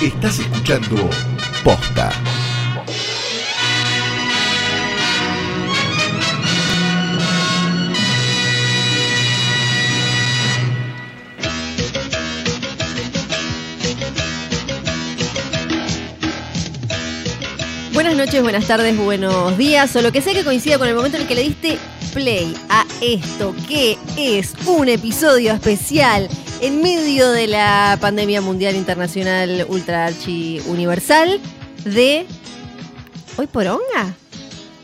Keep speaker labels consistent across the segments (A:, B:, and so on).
A: Estás escuchando Posta.
B: Buenas noches, buenas tardes, buenos días, o lo que sea que coincida con el momento en el que le diste play a esto, que es un episodio especial en medio de la pandemia mundial internacional ultra archi universal de. ¿Hoy poronga?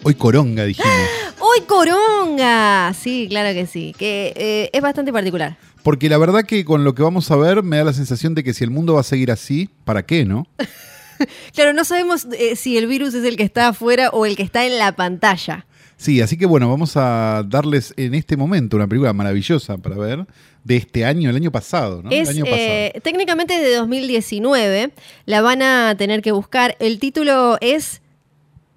C: Hoy coronga, dijimos.
B: ¡Hoy coronga! Sí, claro que sí, que eh, es bastante particular.
C: Porque la verdad que con lo que vamos a ver me da la sensación de que si el mundo va a seguir así, ¿para qué, no?
B: Claro, no sabemos eh, si el virus es el que está afuera o el que está en la pantalla.
C: Sí, así que bueno, vamos a darles en este momento una película maravillosa para ver de este año, el año pasado, ¿no?
B: Es
C: el año
B: eh, técnicamente es de 2019. La van a tener que buscar. El título es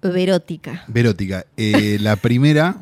B: Verótica.
C: Verótica, eh, la primera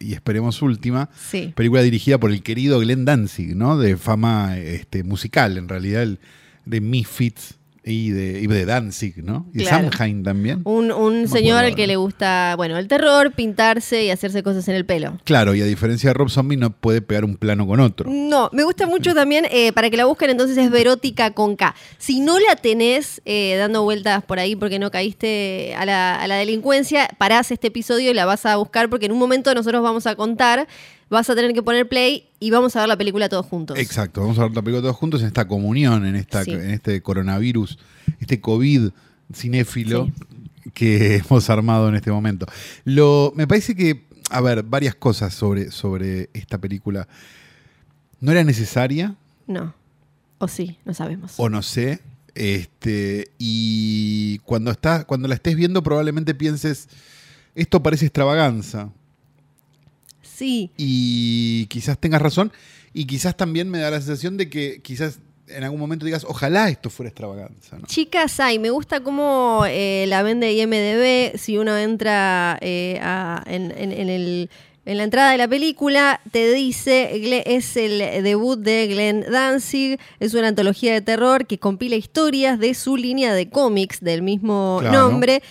C: y esperemos última,
B: Sí.
C: película dirigida por el querido Glenn Danzig, ¿no? De fama este, musical, en realidad, el- de Misfits y de, y de Danzig, ¿no? Y de
B: Claro.
C: Samhain también.
B: Un, un
C: me
B: señor
C: acuerdo
B: al que
C: ahora.
B: le gusta, bueno, el terror, pintarse y hacerse cosas en el pelo.
C: Claro, y a diferencia de Rob Zombie no puede pegar un plano con otro.
B: No, me gusta mucho también, eh, para que la busquen entonces es Verótica con K. Si no la tenés eh, dando vueltas por ahí porque no caíste a la, a la delincuencia, parás este episodio y la vas a buscar porque en un momento nosotros vamos a contar, vas a tener que poner play y vamos a ver la película todos juntos.
C: Exacto, vamos a ver la película todos juntos en esta comunión, en, esta,
B: Sí.
C: en este coronavirus, este COVID cinéfilo
B: Sí.
C: que hemos armado en este momento. Lo, me parece que, a ver, varias cosas sobre, sobre esta película. No era necesaria,
B: No, o sí, no sabemos.
C: o no sé. Este, y cuando, está, cuando la estés viendo probablemente pienses, esto parece extravaganza,
B: Sí,
C: y quizás tengas razón y quizás también me da la sensación de que quizás en algún momento digas, ojalá esto fuera extravaganza, ¿no?
B: Chicas hay, me gusta cómo eh, la vende IMDB. Si uno entra eh, a- en, en- en el- en la entrada de la película, te dice, Gle- es el debut de Glenn Danzig, es una antología de terror que compila historias de su línea de cómics del mismo
C: Claro.
B: nombre.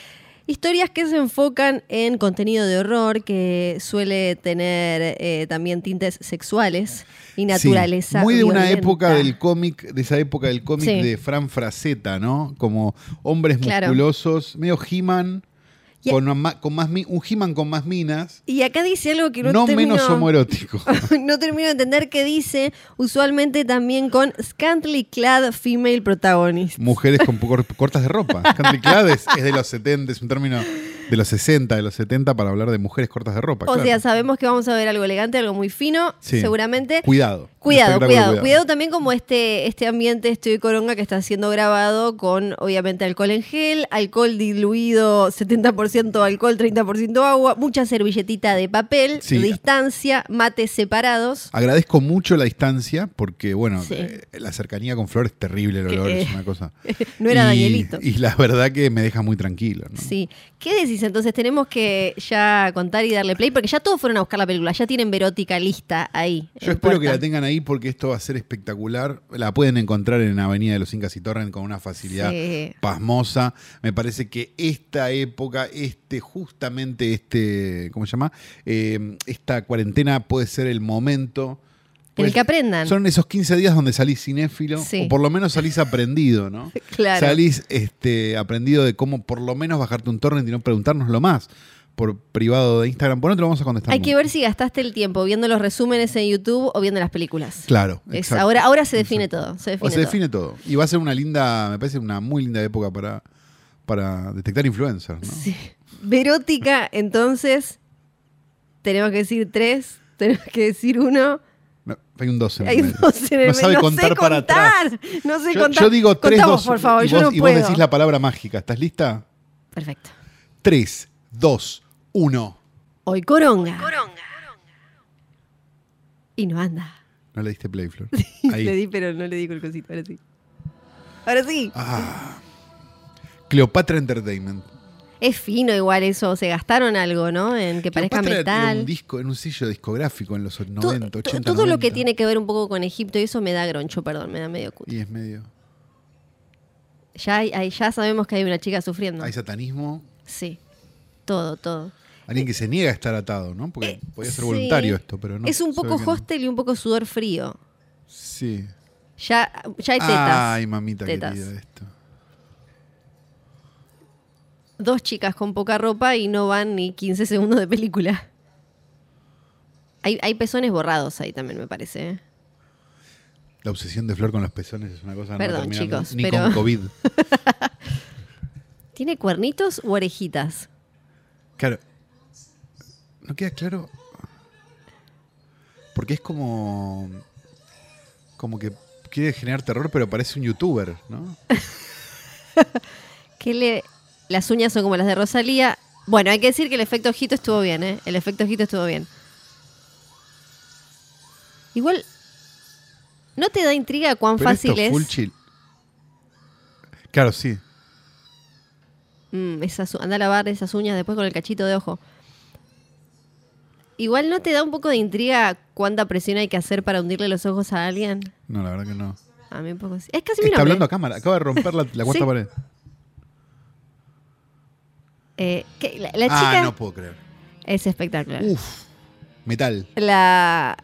B: Historias que se enfocan en contenido de horror que suele tener eh, también tintes sexuales y naturaleza.
C: Sí, muy de una
B: violenta.
C: época del cómic, de esa época del cómic
B: Sí.
C: de Fran Fraceta, ¿no? Como hombres
B: Claro.
C: musculosos, medio He-Man,
B: Y-
C: con, ma- con más mi- un He-Man con más minas,
B: Y acá dice algo que no,
C: no, menos
B: termino-
C: homoerótico.
B: no termino de entender qué dice, usualmente también con scantily clad female protagonist.
C: Mujeres con poco- cortas de ropa. Country Club es, es de los 70, es un término de los 60, de los 70 para hablar de mujeres cortas de ropa.
B: o
C: claro.
B: sea, sabemos que vamos a ver algo elegante, algo muy fino,
C: Sí.
B: seguramente.
C: Cuidado.
B: Cuidado,
C: Espectáculo,
B: cuidado, cuidado también como este, este ambiente estoy coronga que está siendo grabado con obviamente alcohol en gel, alcohol diluido 70% alcohol, 30% agua, mucha servilletita de papel,
C: Sí.
B: distancia, mates separados.
C: Agradezco mucho la distancia porque, bueno,
B: Sí.
C: eh, la cercanía con Flor es terrible, el
B: Que,
C: olor
B: eh,
C: es una cosa.
B: No era
C: Y-
B: Danielito.
C: Y la verdad que me deja muy tranquilo. ¿no?
B: Sí. ¿Qué decís? Entonces tenemos que ya contar y darle play, porque ya todos fueron a buscar la película, ya tienen Verótica lista ahí. en
C: Yo espero que
B: puerta.
C: la tengan ahí porque esto va a ser espectacular. La pueden encontrar en Avenida de los Incas y Torren con una facilidad
B: Sí.
C: pasmosa. Me parece que esta época, este, justamente este, ¿cómo se llama? Eh, esta cuarentena puede ser el momento.
B: En el
C: Pues,
B: que aprendan.
C: Son esos 15 días donde salís cinéfilo,
B: Sí.
C: o por lo menos salís aprendido, ¿no?
B: Claro.
C: Salís este, aprendido de cómo por lo menos bajarte un torrent y no preguntárnoslo más por privado de Instagram. Bueno, te lo vamos a contestar.
B: Hay que
C: mucho.
B: ver si gastaste el tiempo viendo los resúmenes en YouTube o viendo las películas.
C: Claro.
B: Es-
C: exacto.
B: ahora, ahora se define
C: Exacto.
B: todo. Se
C: O
B: define
C: se
B: todo.
C: define todo. Y va a ser una linda, me parece una muy linda época para, para detectar influencers, ¿no?
B: Sí. Verótica, entonces, tenemos que decir tres, tenemos que decir uno.
C: No, hay un 12. en el
B: Hay
C: medio.
B: dos en el
C: No
B: medio.
C: sabe
B: no
C: contar
B: sé
C: para
B: contar.
C: atrás.
B: No sé
C: Yo,
B: contar.
C: yo digo 3,
B: Contamos,
C: 2,
B: por favor,
C: y
B: yo
C: vos,
B: no
C: y vos
B: puedo.
C: decís la palabra mágica. ¿Estás lista?
B: Perfecto.
C: 3, 2, 1.
B: Hoy coronga. Y no anda.
C: No le diste play, Flor.
B: Le
C: Ahí.
B: di, pero no le di el cosito. Ahora sí. Ahora sí.
C: Ah. Cleopatra Entertainment.
B: Es fino igual eso. Se gastaron algo, ¿no? En que parezca
C: Cleopatra Era un
B: metal.
C: disco, era un sello discográfico en los 90,
B: To-
C: 80,
B: to-
C: 90.
B: todo lo que tiene que ver un poco con Egipto y eso me da groncho, perdón, me da medio culo.
C: Y es medio.
B: Ya, hay- hay- ya sabemos que hay una chica sufriendo.
C: Hay satanismo.
B: Sí, todo, todo.
C: Alguien que se niega a estar atado, ¿no? Porque podía ser
B: Eh, Sí.
C: voluntario esto, pero no.
B: es un
C: se ve
B: poco
C: que no.
B: hostel y un poco sudor frío.
C: Sí.
B: Ya, ya hay tetas.
C: Ay, mamita
B: Tetas.
C: querida, esto.
B: Dos chicas con poca ropa y no van ni 15 segundos de película. Hay, hay pezones borrados ahí también, me parece. ¿eh?
C: La obsesión de Flor con los pezones es una cosa
B: Perdón,
C: no termina
B: chicos,
C: ni
B: pero-
C: con COVID.
B: ¿Tiene cuernitos u orejitas?
C: Claro. No queda claro. Porque es como. Como que quiere generar terror, pero parece un youtuber, ¿no?
B: ¿Qué le... Las uñas son como las de Rosalía. Bueno, hay que decir que el efecto ojito estuvo bien, ¿eh? El efecto ojito estuvo bien. Igual, ¿no te da intriga cuán
C: Pero
B: fácil
C: esto
B: es?
C: full chill. Claro, sí.
B: Mm, esas, u- anda a lavar esas uñas después con el cachito de ojo. Igual no te da un poco de intriga cuánta presión hay que hacer para hundirle los ojos a alguien.
C: No, la verdad que no.
B: A mí un poco sí. Es casi mi
C: Está
B: nombre.
C: hablando a cámara, acaba de romper la, la cuarta
B: Sí.
C: pared.
B: Eh, que la, la
C: ah,
B: chica Eh.
C: no Uh. puedo creer.
B: es espectacular.
C: Uf. Metal.
B: La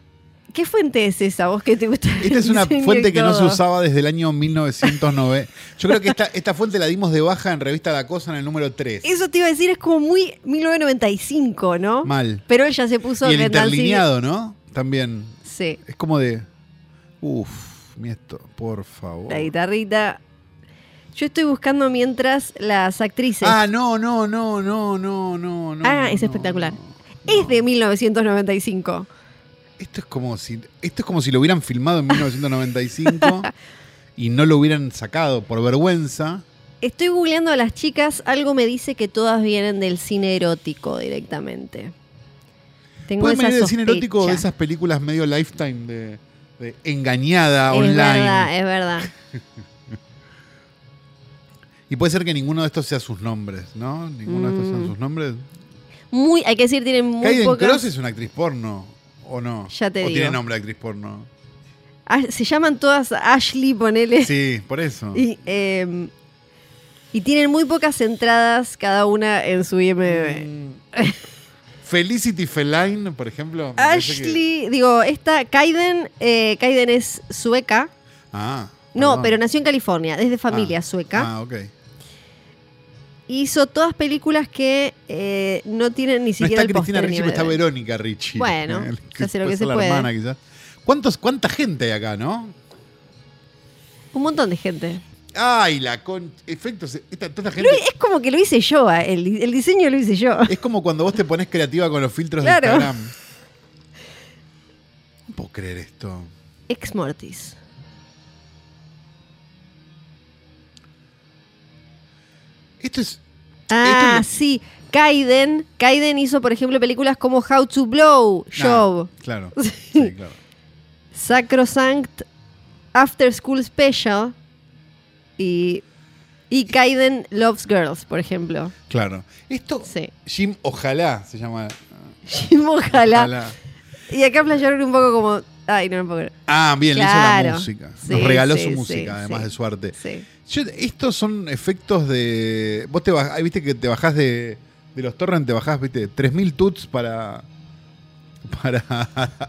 B: ¿Qué fuente es esa vos que te gusta?
C: Esta es
B: el
C: una
B: diseño y
C: fuente que no se
B: todo?
C: usaba desde el año 1909. Yo creo que esta, esta fuente la dimos de baja en revista La Cosa en el número 3.
B: Eso te iba a decir, es como muy 1995, ¿no?
C: Mal.
B: Pero ella se puso
C: Y el
B: Red Dancing-
C: interlineado, ¿no? También.
B: Sí,
C: Es como de. Uf, mi esto, por favor.
B: la guitarrita. Yo estoy buscando mientras las actrices.
C: Ah, no, no, no, no, no, no, no.
B: Ah, es
C: no,
B: espectacular.
C: no,
B: es
C: no.
B: de 1995.
C: Esto es como si. Esto es como si lo hubieran filmado en 1995 y no lo hubieran sacado por vergüenza.
B: Estoy googleando a las chicas, algo me dice que todas vienen del cine erótico directamente. Tengo
C: Pueden
B: esa
C: venir del cine erótico o de
B: sospecha.
C: esas películas medio lifetime de, de engañada online.
B: Es verdad, eh. es verdad.
C: Y puede ser que ninguno de estos sea sus nombres, ¿no? Ninguno de estos
B: Mm.
C: sean sus nombres.
B: Muy, hay que decir, tienen muy
C: Caiden Cross
B: pocas.
C: es una actriz porno, ¿o no?
B: Ya te
C: ¿O tiene
B: digo.
C: nombre de actriz porno?
B: Ah, Se llaman todas Ashley, ponele.
C: Sí, por eso.
B: Y, eh, y tienen muy pocas entradas cada una en su IMDb.
C: Mm. Felicity Feline, por ejemplo. me parece que-
B: Ashley, digo, esta, Kaiden, eh, Kaiden es sueca.
C: Ah.
B: No,
C: perdón.
B: pero nació en California, desde familia
C: Ah,
B: sueca.
C: Ah, ok.
B: Hizo todas películas que eh, no tienen ni
C: No
B: siquiera
C: está
B: el póster
C: Cristina
B: en
C: Ricci, pero está
B: IMDb.
C: Verónica Ricci.
B: Bueno,
C: El-
B: se hace lo que
C: puede ser
B: se
C: la
B: puede.
C: hermana, quizás. ¿Cuántos, ¿Cuánta gente hay acá, no?
B: Un montón de gente.
C: Ay, la con... Efectos... Esta, toda esta gente...
B: Es como que lo hice yo, ah, el, el diseño lo hice yo.
C: Es como cuando vos te pones creativa con los filtros
B: Claro.
C: de Instagram. No puedo creer esto.
B: Ex Mortis.
C: Esto es.
B: Ah,
C: Esto
B: sí. Kaiden. Kaiden hizo, por ejemplo, películas como How to Blow, Show,
C: Ah, claro. Sí, claro.
B: Sacrosanct, After School Special y, y Kaiden Loves Girls, por ejemplo.
C: Claro. Esto,
B: Sí.
C: Jim, ojalá se llama.
B: Jim, ojalá. Y acá flashearon un poco como. Ay, no, no puedo creer.
C: Ah, bien, le hizo
B: Claro.
C: la música.
B: Sí,
C: Nos regaló
B: sí,
C: su
B: sí,
C: música, además
B: sí.
C: de su arte.
B: Sí.
C: Yo- estos son efectos de. Vos te baj- ahí viste que te bajás de, de los torrents, te bajás, viste, 3000 tuts para. Para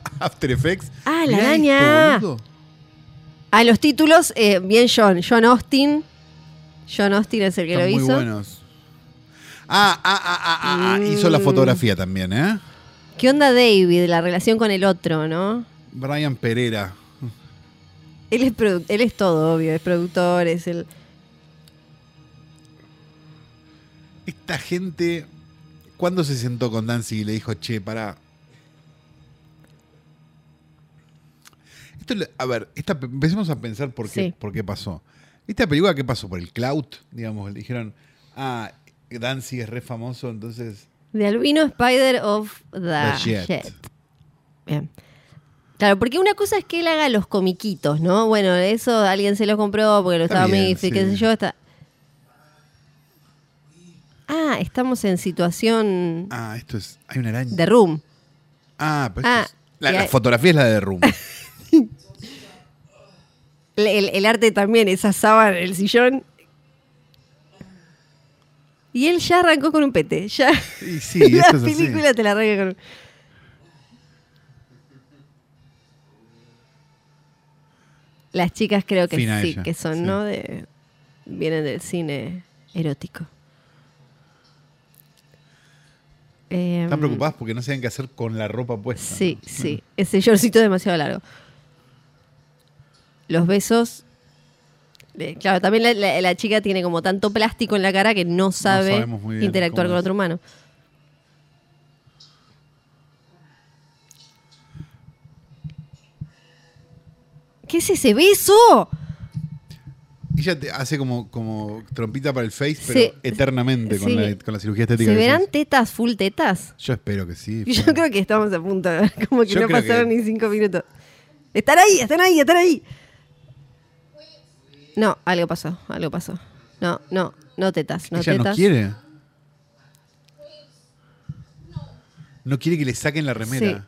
C: After Effects.
B: Ah, la
C: Mirá
B: araña.
C: esto, boludo.
B: Ah, los títulos, eh, bien John. John Austin. John Austin es el que
C: Están
B: lo
C: muy
B: hizo.
C: buenos. Ah, ah, ah, ah, ah, ah, hizo la
B: Mm.
C: fotografía también, ¿eh?
B: ¿Qué onda David? La relación con el otro, ¿no?
C: Brian Pereira.
B: Él es, produ- él es todo, obvio. Es productor, es el.
C: Esta gente, ¿cuándo se sentó con Danzig y le dijo, che, pará? Esto, le- a ver, esta, empecemos a pensar por qué,
B: Sí.
C: por qué pasó. ¿Esta película qué pasó? Por el cloud, digamos. Le dijeron, ah, Danzig es re famoso, entonces...
B: De Albino Spider of the,
C: The
B: Ah, Jet.
C: Jet.
B: Bien. Claro, porque una cosa es que él haga los comiquitos, ¿no? Bueno, eso alguien se lo compró porque lo
C: Está
B: estaba
C: bien,
B: Miffy, qué
C: sí.
B: sé yo. Está... Ah, estamos en situación
C: Ah, esto es... Hay una araña.
B: de room.
C: ah, pero
B: Ah,
C: esto es- la,
B: y
C: la
B: hay-
C: fotografía es la de Room.
B: El, el- el arte también, esa sábana, el sillón. Y él ya arrancó con un pete. Ya
C: Y sí,
B: la
C: esto es así.
B: película te la arranca con un. Las chicas creo que
C: Fina
B: sí,
C: ella,
B: que son,
C: sí.
B: ¿no? De, vienen del cine erótico. Eh,
C: Están preocupadas porque no saben qué hacer con la ropa puesta.
B: Sí,
C: ¿no?
B: sí. Ese shortcito es demasiado largo. Los besos. eh, claro, también la, la- la chica tiene como tanto plástico en la cara que no sabe
C: sabemos muy bien
B: interactuar
C: cómo
B: con
C: es.
B: otro humano. ¿Qué es ese beso?
C: Ella te hace como, como trompita para el face,
B: Sí.
C: pero eternamente con,
B: Sí.
C: la, con la cirugía estética.
B: ¿Se
C: que
B: verán
C: haces.
B: tetas, full tetas?
C: Yo espero que sí.
B: Yo
C: pero-
B: creo que estamos a punto, como que
C: Yo
B: no
C: creo que-
B: pasaron ni cinco minutos. Están ahí, están ahí, están ahí. No, algo pasó, algo pasó. No, no, no tetas, no
C: ella no
B: tetas.
C: quiere. No quiere que le saquen la remera.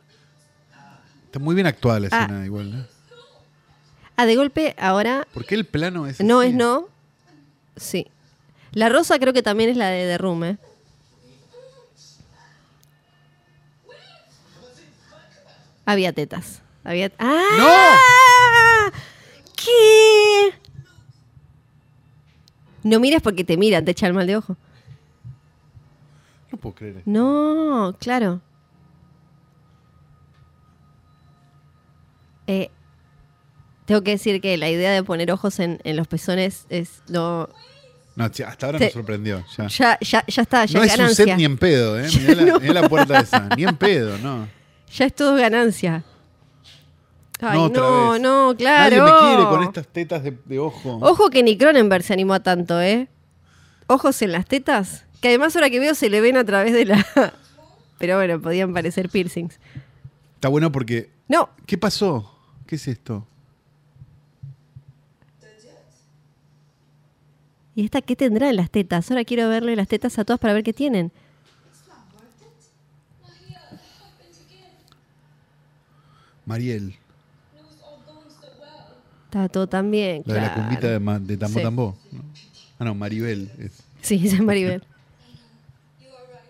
C: Está muy bien actuada la
B: Ah.
C: escena igual, ¿no?
B: Ah, de golpe ahora
C: ¿Por qué el plano es
B: no
C: así?
B: es no. Sí. La rosa creo que también es la de derrumbe. Había tetas. Había ¡Ah! ¿Qué? No mires porque te miran, te echan mal de ojo.
C: No puedo creer.
B: No, claro. Eh, tengo que decir que la idea de poner ojos en, en los pezones es no.
C: No, che, hasta ahora
B: Te-
C: me sorprendió. Ya.
B: Ya, ya, ya está, ya
C: Ah. no
B: es
C: es un
B: ganancia.
C: set ni en pedo, ¿eh? Mirá, la, mirá la puerta esa. Ni en pedo, no.
B: Ya es todo ganancia. Ay,
C: No,
B: no,
C: otra
B: no,
C: vez.
B: claro. Oh.
C: Nadie me quiere con estas tetas de, de ojo.
B: Ojo que ni Cronenberg se animó a tanto, ¿eh? Ojos en las tetas. Que además ahora que veo se le ven a través de la. Pero bueno, podían parecer piercings.
C: Está bueno porque.
B: No,
C: ¿Qué pasó? ¿Qué es esto?
B: ¿Y esta qué tendrá en las tetas? Ahora quiero verle las tetas a todas para ver qué tienen.
C: Mariel,
B: Está todo tan bien.
C: la de la
B: claro.
C: cumbita de, ma- de Tambo
B: Sí.
C: Tambo. ¿no? Ah, no, Maribel. es.
B: Sí, esa es Maribel.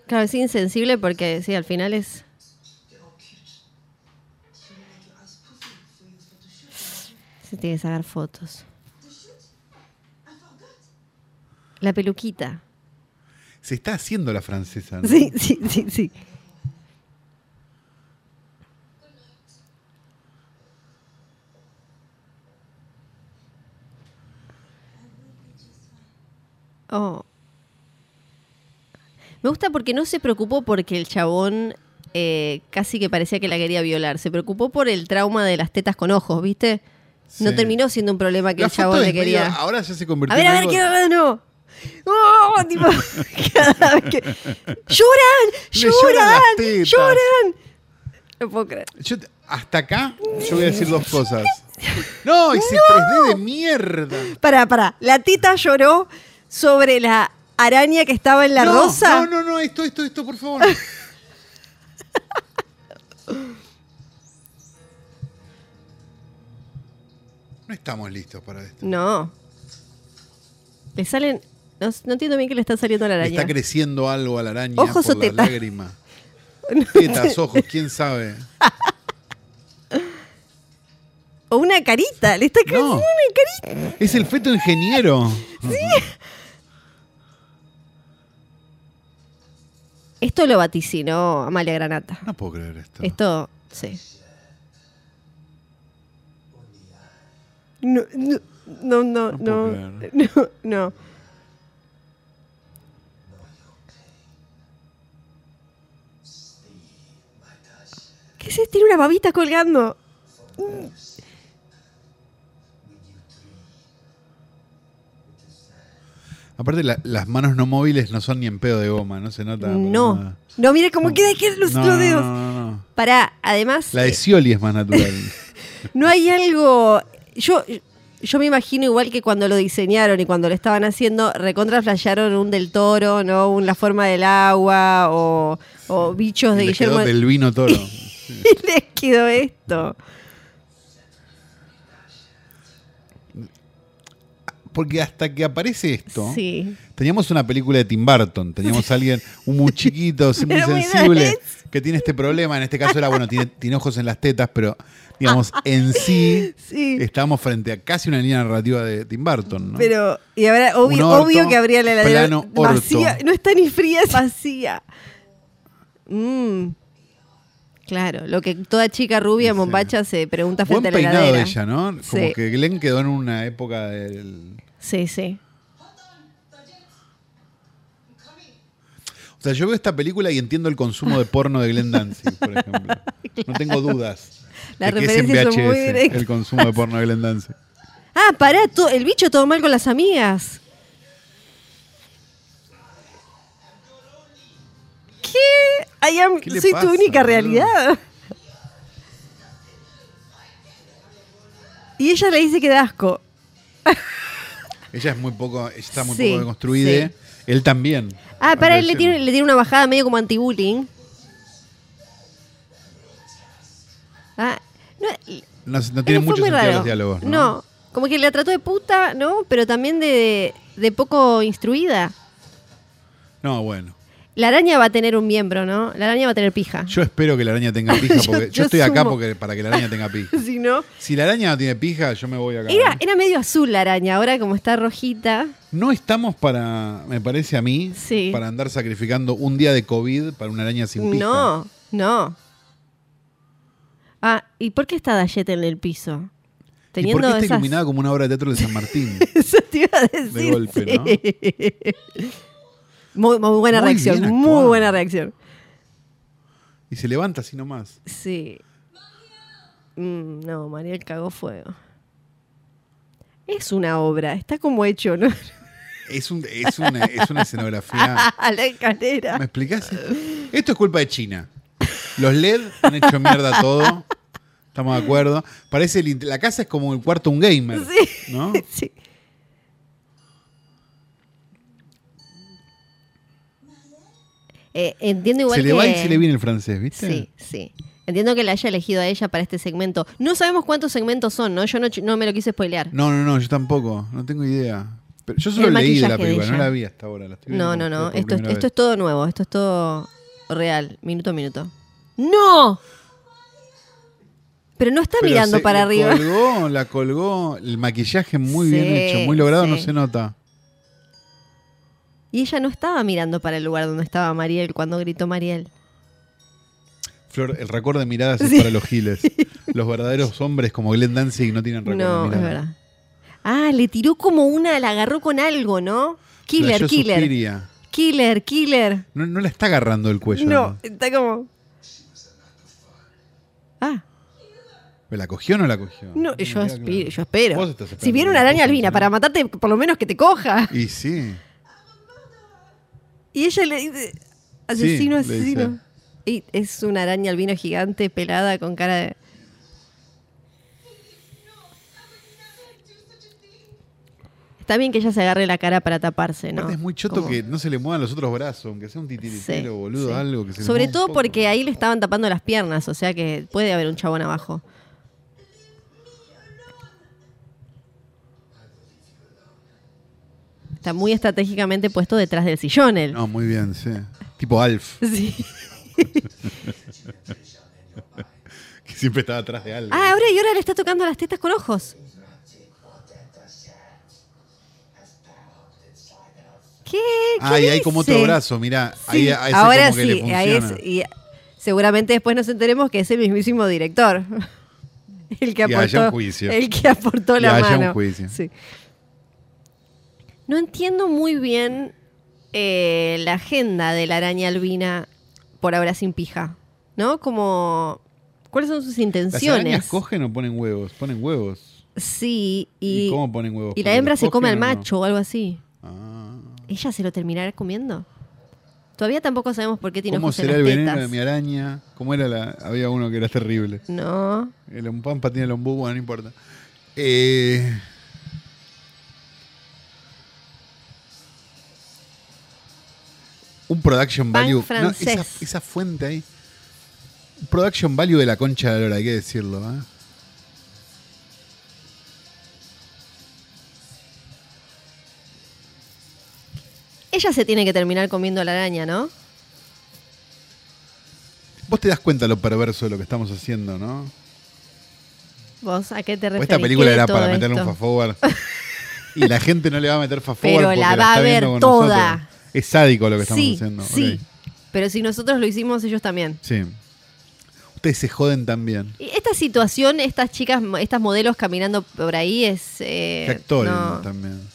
B: Claro, es insensible porque sí, al final es. Se tiene que sacar fotos. La peluquita.
C: Se está haciendo la francesa. ¿no?
B: Sí, sí, sí, sí. Oh. Me gusta porque no se preocupó porque el chabón eh, casi que parecía que la quería violar. Se preocupó por el trauma de las tetas con ojos, ¿viste? No
C: Sí.
B: terminó siendo un problema que
C: La
B: el
C: foto
B: chabón
C: es
B: le quería.
C: medio- ahora ya se
B: A
C: convirtió
B: ver,
C: en
B: a ver,
C: algo-
B: quiero ver de nuevo. ¡Oh! Tipo, cada vez que. ¡Lloran!
C: Le lloran
B: ¡Lloran!
C: las tetas.
B: ¡Lloran! No puedo creer.
C: Yo te- hasta acá yo voy a decir dos cosas. No, ese 3D de mierda.
B: Pará, pará. La tita lloró sobre la araña que estaba en la
C: no,
B: rosa.
C: No, no, no, esto, esto, esto, por favor. no estamos listos para esto.
B: No. Le salen. No, no entiendo bien que le están saliendo a la
C: Le
B: araña.
C: está creciendo algo a la araña
B: Ojos
C: por
B: o
C: la
B: tetas.
C: lágrima. Tetas, ojos, quién sabe.
B: o una carita. Le está creciendo
C: No.
B: una carita.
C: Es el feto ingeniero.
B: Esto lo vaticinó Amalia Granata.
C: No puedo creer esto.
B: Esto, sí. No, no, no, no,
C: No
B: no,
C: puedo
B: no,
C: creer.
B: no. ¿Qué se tiene una babita colgando?
C: Aparte, la- las manos no móviles no son ni en pedo de goma, no se nota. para
B: No,
C: nada.
B: no, mire cómo queda aquí los,
C: No,
B: los
C: no,
B: dedos.
C: no, no, no.
B: Pará, además,
C: La de Scioli es más natural.
B: no hay algo. Yo, yo me imagino igual que cuando lo diseñaron y cuando lo estaban haciendo, recontra flashearon un del toro, ¿no? Un la forma del agua o, o bichos de
C: Le
B: Guillermo.
C: quedó del vino toro.
B: Y les quedó esto.
C: Porque hasta que aparece esto,
B: Sí.
C: teníamos una película de Tim Burton, teníamos a alguien, un muy chiquito, sí, muy
B: Pero muy
C: sensible,
B: denso.
C: que tiene este problema. En este caso era, bueno, tiene, tiene ojos en las tetas, pero digamos, en sí,
B: Sí.
C: estábamos frente a casi una línea narrativa de Tim Burton. ¿no?
B: Pero, y habrá, obvio,
C: Un orto,
B: obvio que habría la heladera
C: plano orto.
B: vacía. No está ni fría, es vacía. Mm. Claro, lo que toda chica rubia en
C: Sí.
B: bombacha se pregunta
C: Buen
B: frente a la
C: peinado de
B: heladera.
C: ella, ¿no? Como
B: Sí.
C: que Glenn quedó en una época del...
B: Sí, sí.
C: O sea, yo veo esta película y entiendo el consumo de porno de Glenn Danzig, por ejemplo. No tengo dudas.
B: Las
C: de que es en
B: referencias son muy
C: VHS,
B: directas.
C: El consumo de porno de Glenn Danzig.
B: Ah, pará, to- el bicho todo mal con las amigas. ¿Qué? I am-
C: ¿Qué le
B: soy
C: pasa,
B: tu única
C: boludo?
B: realidad. Y ella le dice que da asco.
C: Ella es muy poco, ella está muy
B: Sí,
C: poco deconstruida.
B: sí.
C: Él también.
B: Ah,
C: al
B: pará, él le
C: parecer.
B: tiene, le tiene una bajada medio como anti-bullying. Ah, no,
C: No, no tiene
B: Él fue
C: mucho
B: muy
C: sentido
B: raro.
C: los diálogos, ¿no?
B: como que la trató de puta, ¿no? Pero también de, de poco instruida.
C: No, bueno.
B: La araña va a tener un miembro, ¿no? La araña va a tener pija.
C: Yo espero que la araña tenga pija,
B: Yo-
C: porque yo,
B: yo
C: estoy acá
B: sumo.
C: porque, para que la araña tenga pija.
B: si no.
C: Si la araña no tiene pija, yo me voy acá.
B: Era, era medio azul la araña, ahora como está rojita.
C: No estamos para, me parece a mí,
B: Sí.
C: para andar sacrificando un día de COVID para una araña sin pija.
B: No, no. Ah, ¿y por qué está Dayet en el piso?
C: ¿Y por
B: Teniendo
C: qué está
B: esas-
C: iluminada como una obra de teatro de San Martín?
B: Eso te iba a decir.
C: De golpe, ¿no?
B: sí. Muy, muy buena
C: Muy
B: reacción,
C: bien
B: muy
C: actuado.
B: buena reacción.
C: Y se levanta así nomás.
B: Sí. Mm, no, Mariel cagó fuego. Es una obra, está como hecho, ¿no?
C: Es, un, es, una, es una escenografía.
B: A la escalera.
C: ¿Me explicás? esto? Esto es culpa de China. Los LED han hecho mierda todo. Estamos de acuerdo. Parece el int- la casa es como el cuarto de un gamer.
B: Sí.
C: ¿No?
B: Sí. Eh, entiendo igual
C: Se
B: que...
C: le va y se le viene el francés, ¿viste?
B: Sí, sí. Entiendo que la haya elegido a ella para este segmento. No sabemos cuántos segmentos son, ¿no? Yo no, ch- no me lo quise spoilear.
C: No, no, no, yo tampoco. No tengo idea. Pero yo solo
B: El
C: leí de
B: maquillaje
C: la
B: de
C: película, no
B: ella.
C: la vi hasta ahora. la estoy viendo
B: No,
C: con
B: no, no.
C: ustedes por
B: Esto, es-
C: primera
B: esto es
C: vez.
B: todo nuevo. Esto es todo real. Minuto a minuto. ¡No! Pero no está
C: Pero
B: mirando
C: se-
B: para
C: le
B: arriba.
C: Colgó, la colgó. El maquillaje muy bien
B: Sí,
C: hecho, muy logrado, no
B: sí.
C: se nota.
B: Y ella no estaba mirando para el lugar donde estaba Mariel cuando gritó Mariel.
C: Flor, el récord de miradas
B: Sí.
C: es para los giles. Los verdaderos hombres como Glenn Danzig no tienen récord
B: No,
C: de
B: es
C: miradas.
B: verdad. Ah, le tiró como una, la agarró con algo, ¿no? Killer,
C: Flasheó
B: killer.
C: Suspiria.
B: Killer, killer.
C: No, no la está agarrando el cuello.
B: No, está como. Ah,
C: ¿Me ¿La cogió o no la cogió?
B: no, yo,
C: mira,
B: espi-
C: claro.
B: yo espero.
C: Vos estás esperando
B: Si viene
C: que
B: una
C: la
B: araña
C: cojan,
B: albina
C: ¿no?
B: para matarte, por lo menos que te coja.
C: Y sí.
B: Y ella le dice, asesino,
C: Sí, le dice.
B: asesino. Y es una araña albino gigante, pelada, con cara de... Está bien que ella se agarre la cara para taparse, ¿no?
C: Aparte es muy choto
B: Como-
C: que no se le muevan los otros brazos, aunque sea un titiritero,
B: Sí,
C: boludo,
B: sí.
C: algo que se le
B: Sobre
C: mueva un
B: todo
C: poco.
B: porque ahí le estaban tapando las piernas, o sea que puede haber un chabón abajo. Está muy estratégicamente puesto detrás del sillón él.
C: No, muy bien, sí. Tipo Alf,
B: Sí.
C: que siempre estaba atrás de Alf.
B: Ah, ahora y ahora le está tocando las tetas con ojos. ¿Qué? ¿Qué
C: Ah, y hay como otro
B: dice?
C: brazo, mirá.
B: Sí,
C: ahí, a ese
B: ahora
C: como que le
B: sí,
C: funciona.
B: ahí es- y seguramente después nos enteremos que es el mismísimo director. El que
C: Y haya
B: aportó,
C: un juicio.
B: El que aportó
C: Y
B: la
C: haya un
B: mano.
C: juicio.
B: Sí. No entiendo muy bien eh, la agenda de la araña albina por ahora sin pija. ¿No? Como. ¿Cuáles son sus
C: ¿Las
B: intenciones?
C: arañas cogen o ponen huevos? Ponen huevos.
B: Sí,
C: ¿Y,
B: y,
C: cómo ponen huevos?
B: y la
C: ¿Porque
B: hembra
C: los
B: se come al
C: cogen o no?
B: macho o algo así.
C: Ah.
B: ¿Ella se lo terminará comiendo? Todavía tampoco sabemos por qué tiene
C: ¿Cómo
B: ojos en
C: será el
B: las
C: veneno
B: tetas.
C: de mi araña? ¿Cómo era la...? Había uno que era terrible.
B: No.
C: El Ompampa tiene el ombú, bueno, no importa. Eh, un production
B: Pan
C: value. no,
B: francés.
C: esa, esa fuente ahí. Un production value de la concha de la lora, hay que decirlo. ¿eh?
B: Ella se tiene que terminar comiendo la araña, ¿no?
C: Vos te das cuenta lo perverso de lo que estamos haciendo, ¿no?
B: ¿Vos a qué te
C: Pues
B: refieres?
C: esta película
B: ¿Qué
C: era
B: es
C: para
B: todo
C: meterle un
B: esto?
C: fast forward. Y la gente no le va a meter fast forward.
B: Pero
C: porque
B: la
C: la
B: va a
C: está
B: ver
C: viendo con
B: toda.
C: nosotros. Es sádico lo que estamos
B: Sí,
C: haciendo.
B: sí.
C: ok.
B: Pero si nosotros lo hicimos, ellos también.
C: Sí. Ustedes se joden también.
B: Y esta situación, estas chicas, estas modelos caminando por ahí es... eh,
C: Que actoren
B: no.
C: también.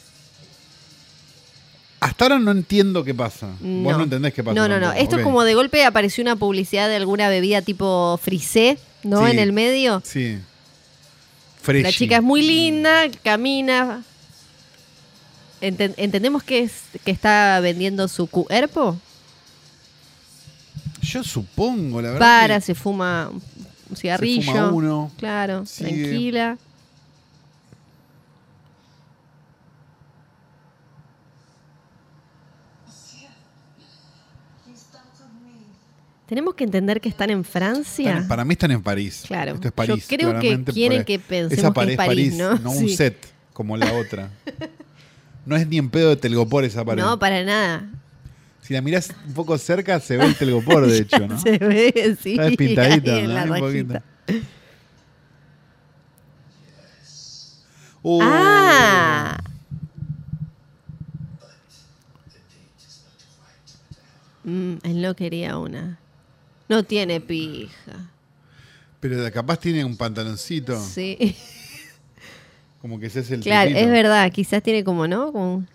C: Hasta ahora no entiendo qué pasa. Vos no entendés qué pasa.
B: No, no, no.
C: tampoco,
B: Esto
C: ok.
B: es como de golpe apareció una publicidad de alguna bebida tipo frisé, ¿no?
C: Sí.
B: En el medio.
C: Sí. Freshy.
B: La chica es muy linda, camina. Enten- ¿Entendemos que, es, que está vendiendo su cuerpo?
C: Yo supongo, la verdad.
B: Para,
C: que
B: se fuma un- un
C: se
B: cigarrillo.
C: fuma uno.
B: Claro,
C: Sigue.
B: tranquila. Tenemos que entender que están en Francia.
C: Están- para mí están en París.
B: Claro.
C: Esto es París.
B: Yo creo que
C: claramente,
B: quieren
C: por-
B: que pensemos
C: esa
B: que
C: pared
B: es París, ¿no?
C: un
B: Sí.
C: set como la otra. No es ni en pedo de Telgopor esa pared.
B: No, para nada.
C: Si la mirás un poco cerca, se ve el Telgopor, de hecho, ¿no?
B: Se ve, sí.
C: Está despintadita,
B: ahí en la
C: ¿no? Un
B: rajita.
C: poquito. Uh,
B: Ah, Mm, él no quería una. No tiene pija.
C: Pero capaz tiene un pantaloncito.
B: Sí.
C: Como que ese es el
B: Claro,
C: truquito.
B: es verdad. Quizás tiene como, ¿no? Como un-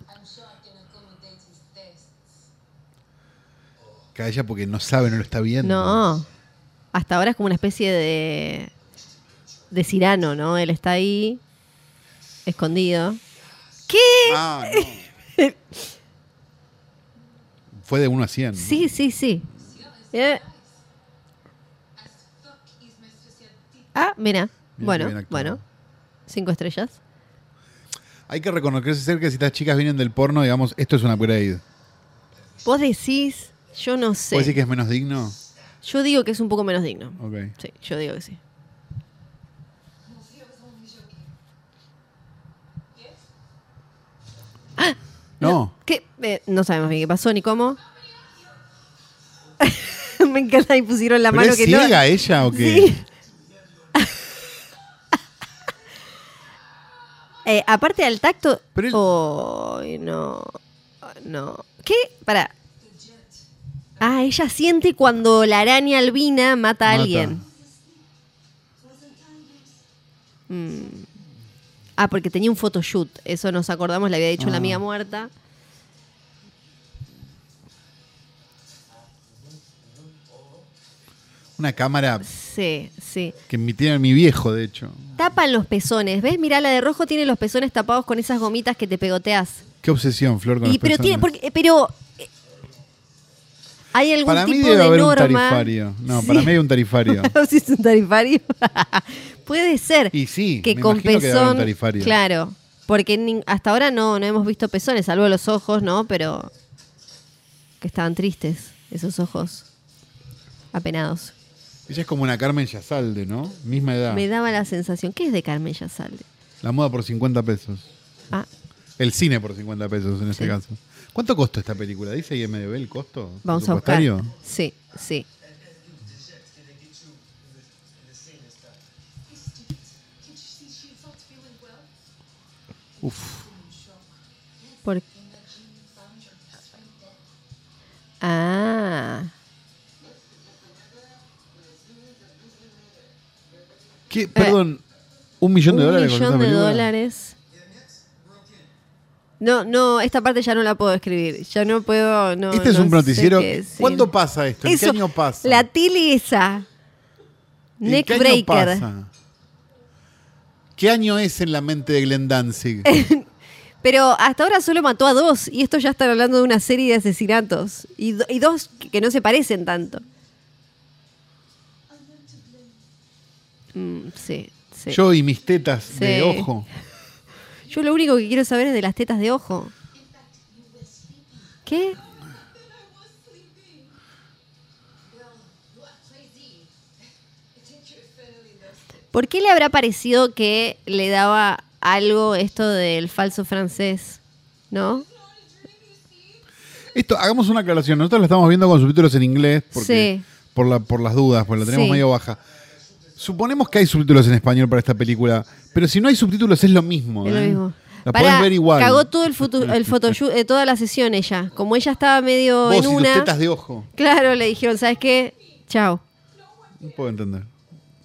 C: Calla porque no sabe, no lo está viendo.
B: No. Hasta ahora es como una especie de. de cirano, ¿no? Él está ahí. Escondido. ¿Qué?
C: Ah, no. Fue de 1 a 100. ¿no?
B: Sí, sí, sí. Eh. Ah, mira.
C: Mirá qué bien
B: Bueno,
C: actuado.
B: bueno. Cinco estrellas.
C: Hay que reconocer que si estas chicas vienen del porno, digamos, esto es un upgrade.
B: Vos decís, yo no sé.
C: ¿Puede decir que es menos digno?
B: Yo digo que es un poco menos digno.
C: Ok.
B: Sí, yo digo que sí.
C: No.
B: ¿Qué? Eh, no sabemos bien qué pasó ni cómo. Me encanta y pusieron la
C: ¿Pero
B: mano
C: es
B: que
C: ciega
B: no.
C: ella o qué?
B: Sí. Eh, aparte del tacto.
C: Pero es-
B: Ay, no. No. ¿Qué? Para. Ah, ella siente cuando la araña albina mata a
C: Mata.
B: alguien. Mm. Ah, porque tenía un photoshoot. Eso nos acordamos, le había dicho la
C: Ah.
B: amiga muerta.
C: Una cámara
B: Sí, sí.
C: que mi- tiene mi viejo, de hecho.
B: Tapan los pezones. ¿Ves? Mirá, la de rojo tiene los pezones tapados con esas gomitas que te pegoteas.
C: Qué obsesión, Flor, con
B: Y,
C: las
B: pero tiene,
C: personas.
B: porque, eh, pero eh, hay algún
C: Para mí
B: tipo
C: debe
B: de
C: haber
B: norma.
C: un tarifario. No, para
B: Sí.
C: mí hay un tarifario.
B: si es un tarifario. Puede ser
C: Y sí,
B: que
C: me
B: con
C: imagino que debe haber un
B: pezón.
C: tarifario.
B: claro, porque nin- hasta ahora no, no hemos visto pezones, salvo los ojos, ¿no? Pero que estaban tristes esos ojos, apenados.
C: Ella es como una Carmen Yazalde, ¿no? Misma edad.
B: Me daba la sensación. ¿Qué es de Carmen Yazalde?
C: La moda por 50 pesos.
B: Ah,
C: El cine por 50 pesos en este
B: Sí.
C: caso. ¿Cuánto costó esta película? ¿Dice IMDB el costo?
B: vamos a buscar.
C: presupuestario?
B: Sí, sí.
C: Uf.
B: Por- Ah,
C: ¿Qué? Perdón, ¿un millón de
B: un
C: dólares? con
B: millón
C: esta
B: de
C: película?
B: dólares. No, no, esta parte ya no la puedo escribir. Ya no puedo. No,
C: este es
B: no
C: un
B: sé
C: noticiero.
B: qué decir.
C: ¿Cuándo pasa esto? ¿En
B: Eso,
C: qué año pasa?
B: La Tili esa.
C: ¿En
B: Neck
C: qué año
B: Breaker.
C: pasa? ¿Qué año es en la mente de Glenn Danzig?
B: Pero hasta ahora solo mató a dos. Y esto ya están hablando de una serie de asesinatos. Y, do- y dos que- que no se parecen tanto. Mm, sí, sí.
C: Yo y mis tetas de
B: Sí.
C: ojo.
B: Yo lo único que quiero saber es de las tetas de ojo. ¿Qué? ¿Por qué le habrá parecido que le daba algo esto del falso francés? ¿No?
C: Esto, hagamos una aclaración. Nosotros la estamos viendo con subtítulos en inglés porque,
B: Sí.
C: por, la, por las dudas, porque la tenemos
B: Sí.
C: medio baja. Suponemos que hay subtítulos en español para esta película, pero si no hay subtítulos es lo mismo.
B: Es lo
C: ¿eh?
B: mismo.
C: La
B: Pará,
C: podés ver igual.
B: Cagó todo el, foto, el photoshoot, eh, toda la sesión ella. Como ella estaba medio
C: Vos
B: en
C: y tus
B: una.
C: tetas de ojo.
B: Claro, le dijeron, ¿sabes qué? Chao.
C: No puedo entender.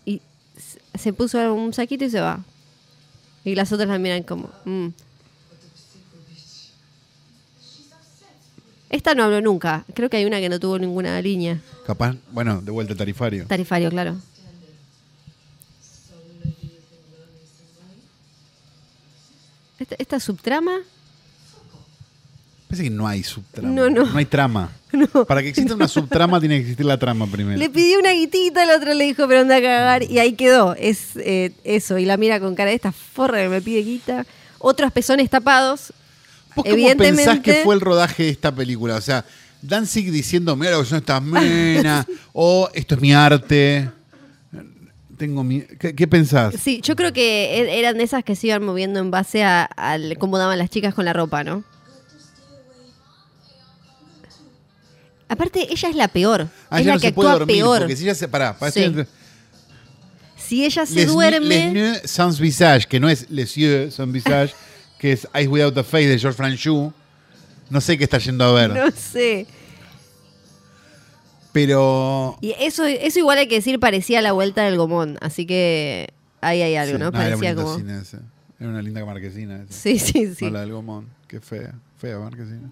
B: Y s- se puso un saquito y se va. Y las otras la miran como. mm. Esta no habló nunca. Creo que hay una que no tuvo ninguna línea.
C: Capaz, bueno, de vuelta tarifario.
B: Tarifario, claro. Esta, esta subtrama.
C: Parece que no hay subtrama.
B: No, no.
C: hay trama. Para que exista una subtrama tiene que existir la trama primero.
B: Le pidió una guitita, la otra le dijo, pero anda a cagar.
C: Mm.
B: Y ahí quedó. Es eh, eso. Y la mira con cara de esta forra que me pide guita. Otros pezones tapados.
C: ¿Vos cómo
B: Evidentemente-
C: pensás que fue el rodaje de esta película? O sea, Danzig diciendo, mira lo que son estas menas, o esto es mi arte. Tengo mi... ¿Qué, qué pensás?
B: Sí, yo creo que er- eran de esas que se iban moviendo en base a, al cómo daban las chicas con la ropa, ¿no? Aparte, ella es la peor.
C: Ah,
B: es
C: ella
B: la
C: no
B: que
C: se puede
B: actúa
C: dormir,
B: peor.
C: porque si ella se... Pará, pará,
B: Sí.
C: estoy-
B: Si ella se
C: Les- Les
B: duerme.
C: Neux Sans Visage, que no es Les Yeux Sans Visage, que es Eyes Without a Face de George Franchou. No sé qué está yendo a ver,
B: No sé.
C: pero...
B: Y eso, eso igual hay que decir, parecía la vuelta del gomón. Así que ahí hay algo,
C: Sí,
B: ¿no?
C: no, era
B: Parecía
C: bonito
B: como.
C: cine ese. Era una linda marquesina esa.
B: Sí, sí, sí.
C: No, la del Gomón. Qué fea. Fea marquesina.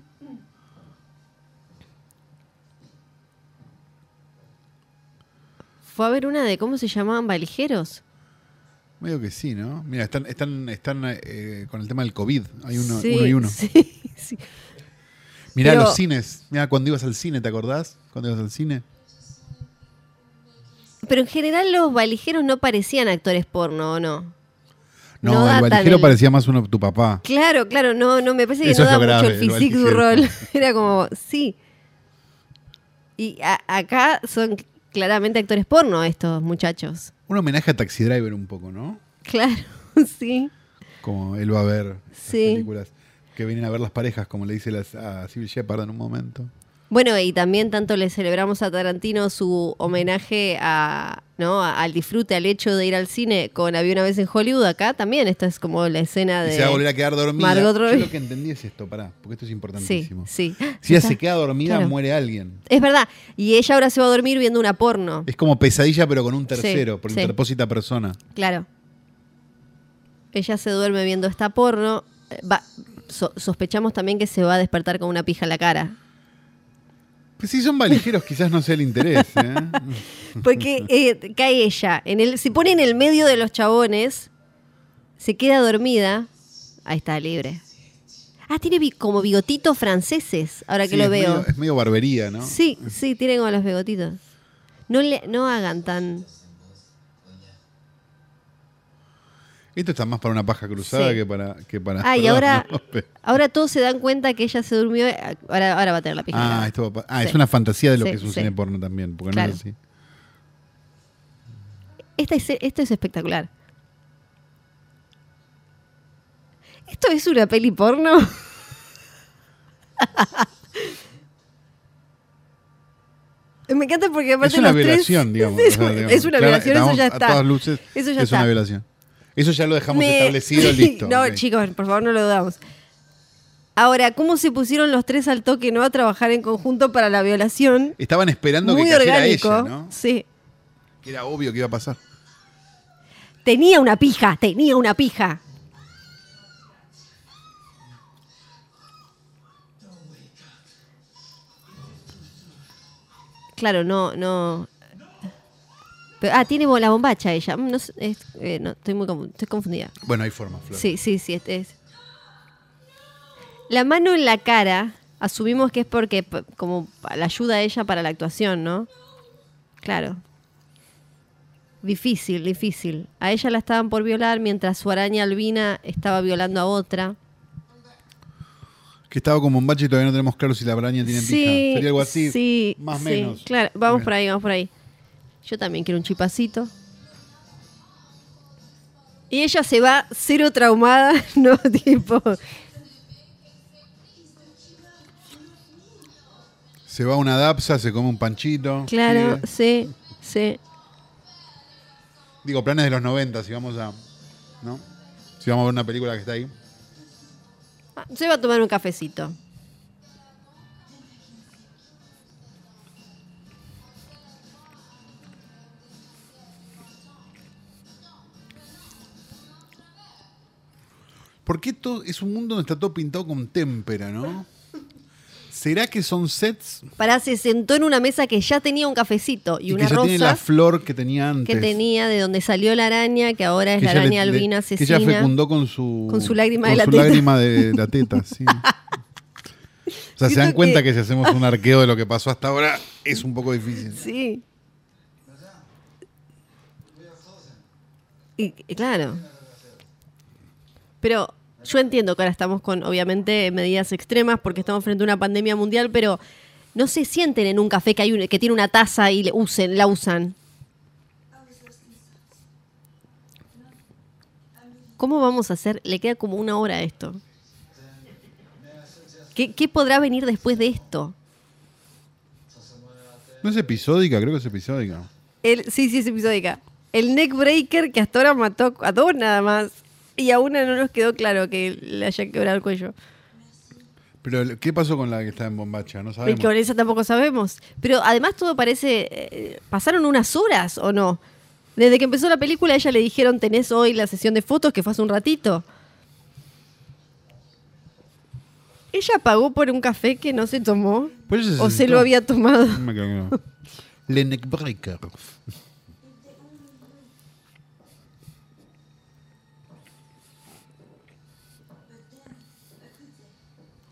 B: Fue a ver una de cómo se llamaban valijeros.
C: Medio que sí, ¿no? Mira, están, están, están eh, con el tema del COVID. Hay uno,
B: Sí,
C: uno y uno.
B: Sí, sí.
C: Mirá
B: Pero-
C: los cines. Mirá cuando ibas al cine, ¿te acordás? Cuando ibas al cine.
B: Pero en general los valijeros no parecían actores porno, ¿o no?
C: No,
B: No
C: el
B: datan
C: valijero
B: el-
C: parecía más uno tu papá.
B: Claro, claro, no, no me parece que
C: Eso
B: no
C: es
B: da
C: lo grave,
B: mucho el
C: el
B: physique du
C: valijero.
B: rol. Era como, sí. Y a- acá son claramente actores porno estos muchachos.
C: Un homenaje a Taxi Driver un poco, ¿no?
B: Claro, sí.
C: Como él va a ver esas
B: Sí.
C: películas que vienen a ver las parejas, como le dice las- a Civil Shepard en un momento.
B: Bueno, y también tanto le celebramos a Tarantino su homenaje a, ¿no? a- al disfrute, al hecho de ir al cine con Había una vez en Hollywood. Acá también esta es como la escena de...
C: Y se va a volver a quedar dormida.
B: Margot
C: Yo
B: Robbie.
C: lo que entendí es esto, pará, porque esto es
B: Sí,
C: importantísimo.
B: sí.
C: Si ella
B: Está-
C: se queda dormida,
B: Claro.
C: muere alguien.
B: Es verdad. Y ella ahora se va a dormir viendo una porno.
C: Es como pesadilla, pero con un tercero, por
B: sí.
C: interpósita persona.
B: Claro. Ella se duerme viendo esta porno. Eh, va- so- sospechamos también que se va a despertar con una pija en la cara.
C: Pues si son valijeros, quizás no sea el interés. ¿eh?
B: Porque eh, cae ella. En el, se pone en el medio de los chabones. Se queda dormida. Ahí está, libre. Ah, tiene bi- como bigotitos franceses, ahora que
C: Sí,
B: lo
C: es
B: veo.
C: medio- es medio barbería, ¿no?
B: Sí, sí, tiene como los bigotitos. No, le, no hagan tan...
C: Esto está más para una paja cruzada
B: Sí.
C: que para. Que para
B: Ah, y
C: perdón,
B: ahora,
C: ¿no? Pero-
B: ahora todos se dan cuenta que ella se durmió. eh, Ahora, ahora va a tener la pija. en la
C: Ah,
B: cara.
C: esto va pa- ah,
B: Sí.
C: es una fantasía de lo
B: Sí,
C: que es un
B: sí.
C: cine porno también, porque
B: Claro.
C: no es así.
B: Esta es- esto es espectacular. ¿Esto es una peli porno? Me encanta porque aparte
C: Es una
B: los tres-
C: violación, digamos.
B: Es,
C: o sea,
B: es
C: digamos,
B: una
C: clara-
B: violación, eso
C: estamos
B: ya
C: A
B: está.
C: todas luces,
B: Eso ya
C: es
B: está.
C: una violación. Eso ya lo dejamos
B: Me-
C: establecido,
B: Sí,
C: listo.
B: No,
C: ok.
B: chicos, por favor, no lo dudamos. Ahora, ¿cómo se pusieron los tres al toque no a trabajar en conjunto para la violación?
C: Estaban esperando
B: Muy
C: que cayera
B: orgánico.
C: ella, ¿no?
B: Sí.
C: Que era obvio que iba a pasar.
B: Tenía una pija, tenía una pija. Claro, no, no. Pero- ah, tiene bo- la bombacha ella. Mm, No, sé, es- eh, no, estoy muy confu- estoy confundida.
C: Bueno, hay forma, Flor.
B: Sí, sí, sí, este es. La mano en la cara, asumimos que es porque p- como pa- la ayuda a ella para la actuación, ¿no? Claro. Difícil, difícil. A ella la estaban por violar mientras su araña albina estaba violando a otra.
C: Que estaba como un bache y todavía no tenemos claro si la braña tiene pija. Sería algo así.
B: sí,
C: más
B: sí,
C: menos.
B: Claro, vamos
C: Ok.
B: por ahí, vamos por ahí. Yo también quiero un chipacito. Y ella se va cero traumada, ¿no? Tipo,
C: Se va a una Dapsa, se come un panchito.
B: Claro,
C: sigue.
B: sí, sí.
C: Digo, planes de los 90, si vamos a. ¿No? Si vamos a ver una película que está ahí.
B: Ah, Se va a tomar un cafecito.
C: ¿Por qué todo, es un mundo donde está todo pintado con témpera, no? ¿Será que son sets
B: Pará, se sentó en una mesa que ya tenía un cafecito y,
C: y,
B: una
C: que ya tiene la
B: rosa
C: flor que tenía antes?
B: que tenía de donde salió la araña, que ahora es
C: Que
B: la
C: ella le-
B: araña
C: le-
B: albina
C: Que ella
B: asesina.
C: fecundó con su...
B: Con su lágrima
C: con
B: de la
C: su
B: teta.
C: lágrima de la teta, sí. O sea, se
B: Siento
C: dan cuenta que...
B: que
C: si hacemos un arqueo de lo que pasó hasta ahora, es un poco difícil.
B: Sí. Y, y claro. Pero yo entiendo que ahora estamos con, obviamente, medidas extremas porque estamos frente a una pandemia mundial, pero no se sienten en un café que, hay un- que tiene una taza y le usen, la usan. ¿Cómo vamos a hacer? Le queda como una hora a esto. ¿Qué- ¿Qué podrá venir después de esto?
C: No es episódica, creo que es episódica.
B: El, sí, sí, es episódica. El neckbreaker que hasta ahora mató a dos nada más. Y a una no nos quedó claro que le haya quebrado el cuello.
C: Pero, ¿qué pasó con la que está en bombacha? No
B: Y
C: sabemos.
B: con esa tampoco sabemos. Pero además todo parece... eh, ¿Pasaron unas horas o no? Desde que empezó la película a ella le dijeron tenés hoy la sesión de fotos que fue hace un ratito. Ella pagó por un café que no se tomó.
C: Pues ella
B: o se
C: sentó.
B: lo había tomado.
C: No me creo que no. Le neckbreaker.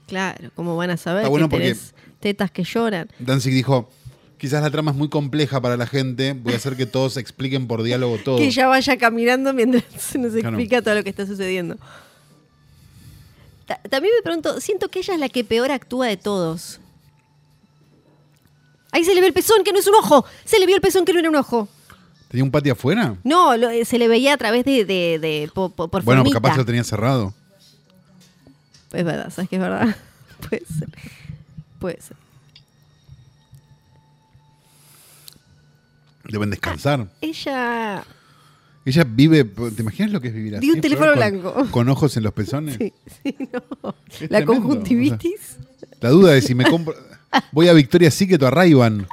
B: Claro, como van a saber
C: Está
B: que
C: bueno porque-
B: tenés tetas que lloran.
C: Danzig dijo, quizás la trama es muy compleja para la gente, voy a hacer que todos expliquen por diálogo todo.
B: que ella vaya caminando mientras se nos
C: Claro.
B: explica todo lo que está sucediendo. Ta- también me pregunto, siento que ella es la que peor actúa de todos. Ahí se le ve el pezón, que no es un ojo. Se le vio el pezón, que no era un ojo.
C: ¿Tenía un patio afuera?
B: No, lo- eh, se le veía a través de... de, de- po- po- por
C: Bueno,
B: formita.
C: capaz lo tenía cerrado.
B: Es verdad, sabes que es verdad. Puede ser. Puede ser.
C: Deben descansar.
B: Ella...
C: Ella vive, ¿te imaginas lo que es vivir así?
B: Di un teléfono
C: Flor, con-
B: blanco.
C: Con ojos en los pezones.
B: Sí, sí, no.
C: Es
B: La
C: tremendo,
B: conjuntivitis.
C: La duda de si me compro... Voy a Victoria Secret o a Rayban.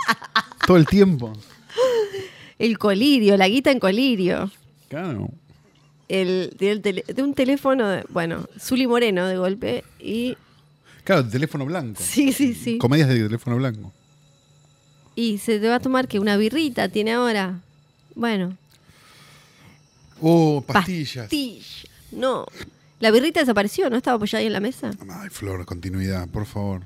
C: Todo el tiempo.
B: El colirio, la guita en colirio.
C: Claro.
B: el, tiene el tele- de un teléfono, de, bueno, Zuli Moreno de golpe y...
C: Claro, teléfono blanco.
B: Sí, sí, sí.
C: Comedias de teléfono blanco.
B: Y se te va a tomar que una birrita tiene ahora. Bueno.
C: Oh, pastillas.
B: pastilla. No. La birrita desapareció, ¿no? Estaba apoyada ahí en la mesa.
C: Ay, Flor, continuidad, por favor.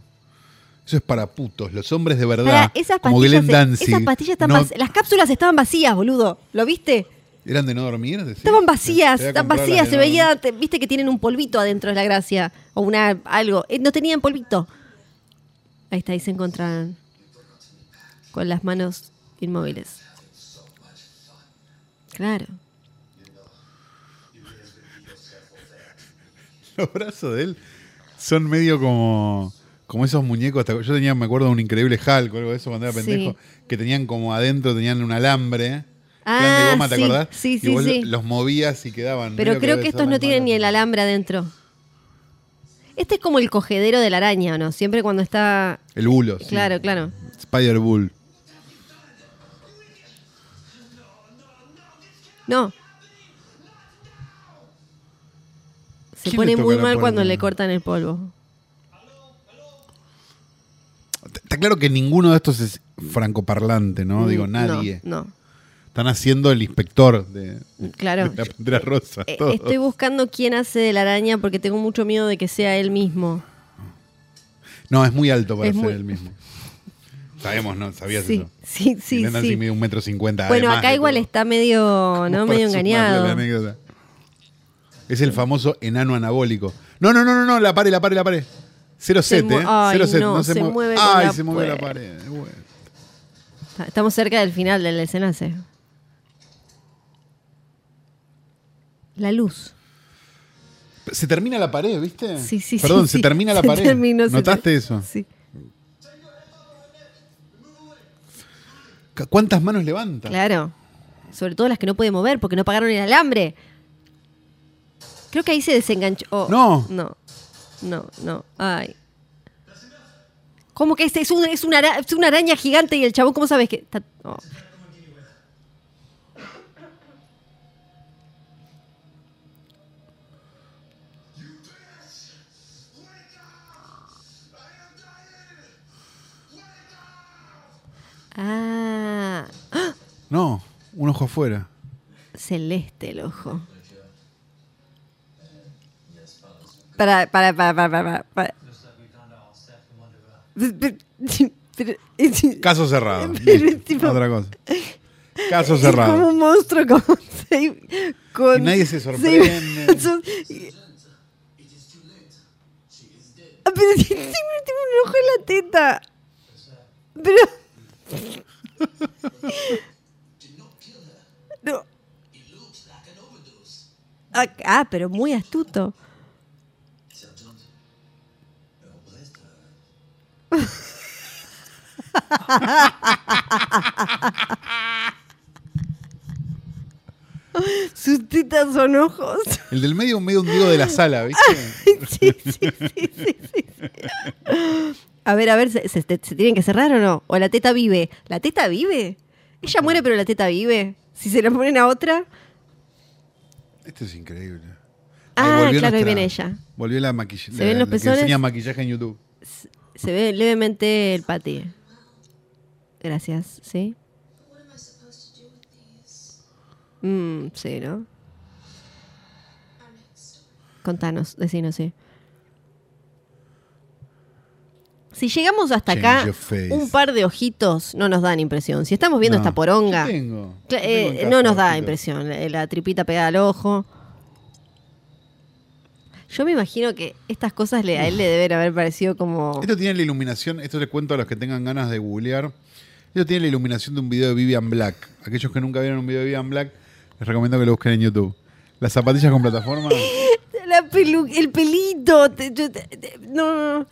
C: Eso es para putos, los hombres de verdad.
B: Pará, esas
C: como
B: pastillas,
C: Glenn
B: se-
C: Danzig.
B: esas pastillas están
C: no-
B: vac- Las cápsulas estaban vacías, boludo. ¿Lo viste?
C: ¿Eran de no dormir? decís?
B: Estaban
C: Te
B: vacías,
C: voy a
B: estaban
C: comprar las
B: vacías.
C: de
B: Se
C: no dormir.
B: veía, te- viste que tienen un polvito adentro, es la gracia. O una algo. Eh, no tenían polvito. Ahí está, ahí se encontraron. Con las manos inmóviles. Claro.
C: Los brazos de él son medio como, como esos muñecos. hasta- Yo tenía, me acuerdo, un increíble Hulk o algo de eso cuando era
B: Sí.
C: pendejo, que tenían como adentro, tenían un alambre. que eran
B: Ah,
C: de goma, ¿te
B: sí,
C: acordás?
B: sí,
C: y
B: sí,
C: vos lo-
B: sí.
C: los movías y quedaban.
B: Pero
C: medio
B: creo
C: debe
B: que
C: ser
B: estos
C: la
B: no
C: misma
B: tienen ni
C: cosa.
B: el alambre adentro. Este es como el cogedero de la araña, ¿o no? Siempre cuando está...
C: El bulo. sí.
B: Claro, claro.
C: Spider Bull.
B: No. Se
C: ¿Quién le
B: pone
C: toca
B: muy
C: la
B: mal cuando
C: puerta?
B: le cortan el polvo.
C: Está claro que ninguno de estos es francoparlante, ¿no? Digo,
B: Mm,
C: nadie.
B: No, no.
C: Están haciendo el inspector de,
B: claro.
C: de la Pantera Rosa.
B: Eh,
C: todos.
B: Estoy buscando quién hace de la araña porque tengo mucho miedo de que sea él mismo.
C: No, es muy alto para
B: Es
C: ser
B: muy-
C: el mismo. Sabemos, ¿no? Sabías
B: Sí,
C: eso.
B: sí, sí,
C: Glenn Danzig
B: sí.
C: mide un metro cincuenta.
B: Bueno,
C: además
B: acá
C: de
B: igual
C: todo.
B: está medio, ¿no?
C: Para
B: medio
C: sumarle
B: engañado.
C: la anécdota. Es el famoso enano anabólico. No, no, no, no, no, la pared, la pared, la pared. 07,
B: Se mu-
C: ¿eh?
B: Ay,
C: 07,
B: no, se mueve con
C: Ay,
B: la
C: se mueve la
B: pared.
C: pared. Bueno.
B: Está- Estamos cerca del final del escenario. La luz.
C: Se termina la pared, ¿viste?
B: Sí, sí, sí,
C: Ah. Perdón,
B: sí.
C: se termina la pared.
B: terminó, se
C: ¿Notaste
B: ter-
C: eso?
B: Sí.
C: Ca- ¿Cuántas manos levanta?
B: Claro. Sobre todo las que no puede mover porque no pagaron el alambre. Creo que ahí se desenganchó. Oh,
C: No.
B: No. No, no. Ay. ¿Cómo que este es, un- es una, ara- es una araña gigante y el chabón, cómo sabes que.? está- oh. Ah.
C: No, un ojo afuera.
B: Celeste el ojo. Para, para, para, para, para, para. Pero-
C: Caso cerrado.
B: Pero es
C: Listo,
B: tipo-
C: Otra cosa. Caso
B: es como
C: cerrado.
B: un monstruo con, seis- con
C: Y nadie se sorprende.
B: seis brazos. Ah, pero sí, siempre tiene un ojo en la teta. Pero. No. Ah, ah, pero muy astuto. Sus tetas son ojos.
C: El del medio, un medio hundido de la sala, ¿viste?
B: sí, sí, sí, sí, sí, sí. A ver, a ver, ¿se, se- se tienen que cerrar o no? ¿O la teta vive? ¿La teta vive? Ella muere, pero la teta vive. Si se la ponen a otra.
C: Esto Este es increíble.
B: Ah,
C: Ahí volvió
B: claro, ahí
C: nuestra-
B: viene ella.
C: Volvió la maquillaje.
B: ¿Se ven los
C: que
B: pezones?
C: enseña maquillaje en YouTube.
B: Se ve levemente el pati. Gracias, ¿sí? Mm, sí, ¿no? Contanos, decinos, sí. Si llegamos hasta
C: Change
B: acá,
C: your face.
B: un par de ojitos no nos dan impresión. Si estamos viendo
C: No.
B: esta poronga,
C: ¿Qué tengo?
B: cla-
C: ¿Qué tengo
B: eh,
C: en casa,
B: no nos da
C: chicos?
B: impresión. La, la tripita pegada al ojo. Yo me imagino que estas cosas le- a él le deben haber parecido como...
C: Esto tiene la iluminación, esto les cuento a los que tengan ganas de googlear. Esto tiene la iluminación de un video de Vivian Black. Aquellos que nunca vieron un video de Vivian Black, les recomiendo que lo busquen en YouTube. Las zapatillas con plataforma.
B: La pelu- el pelito. te- yo- te- te- no.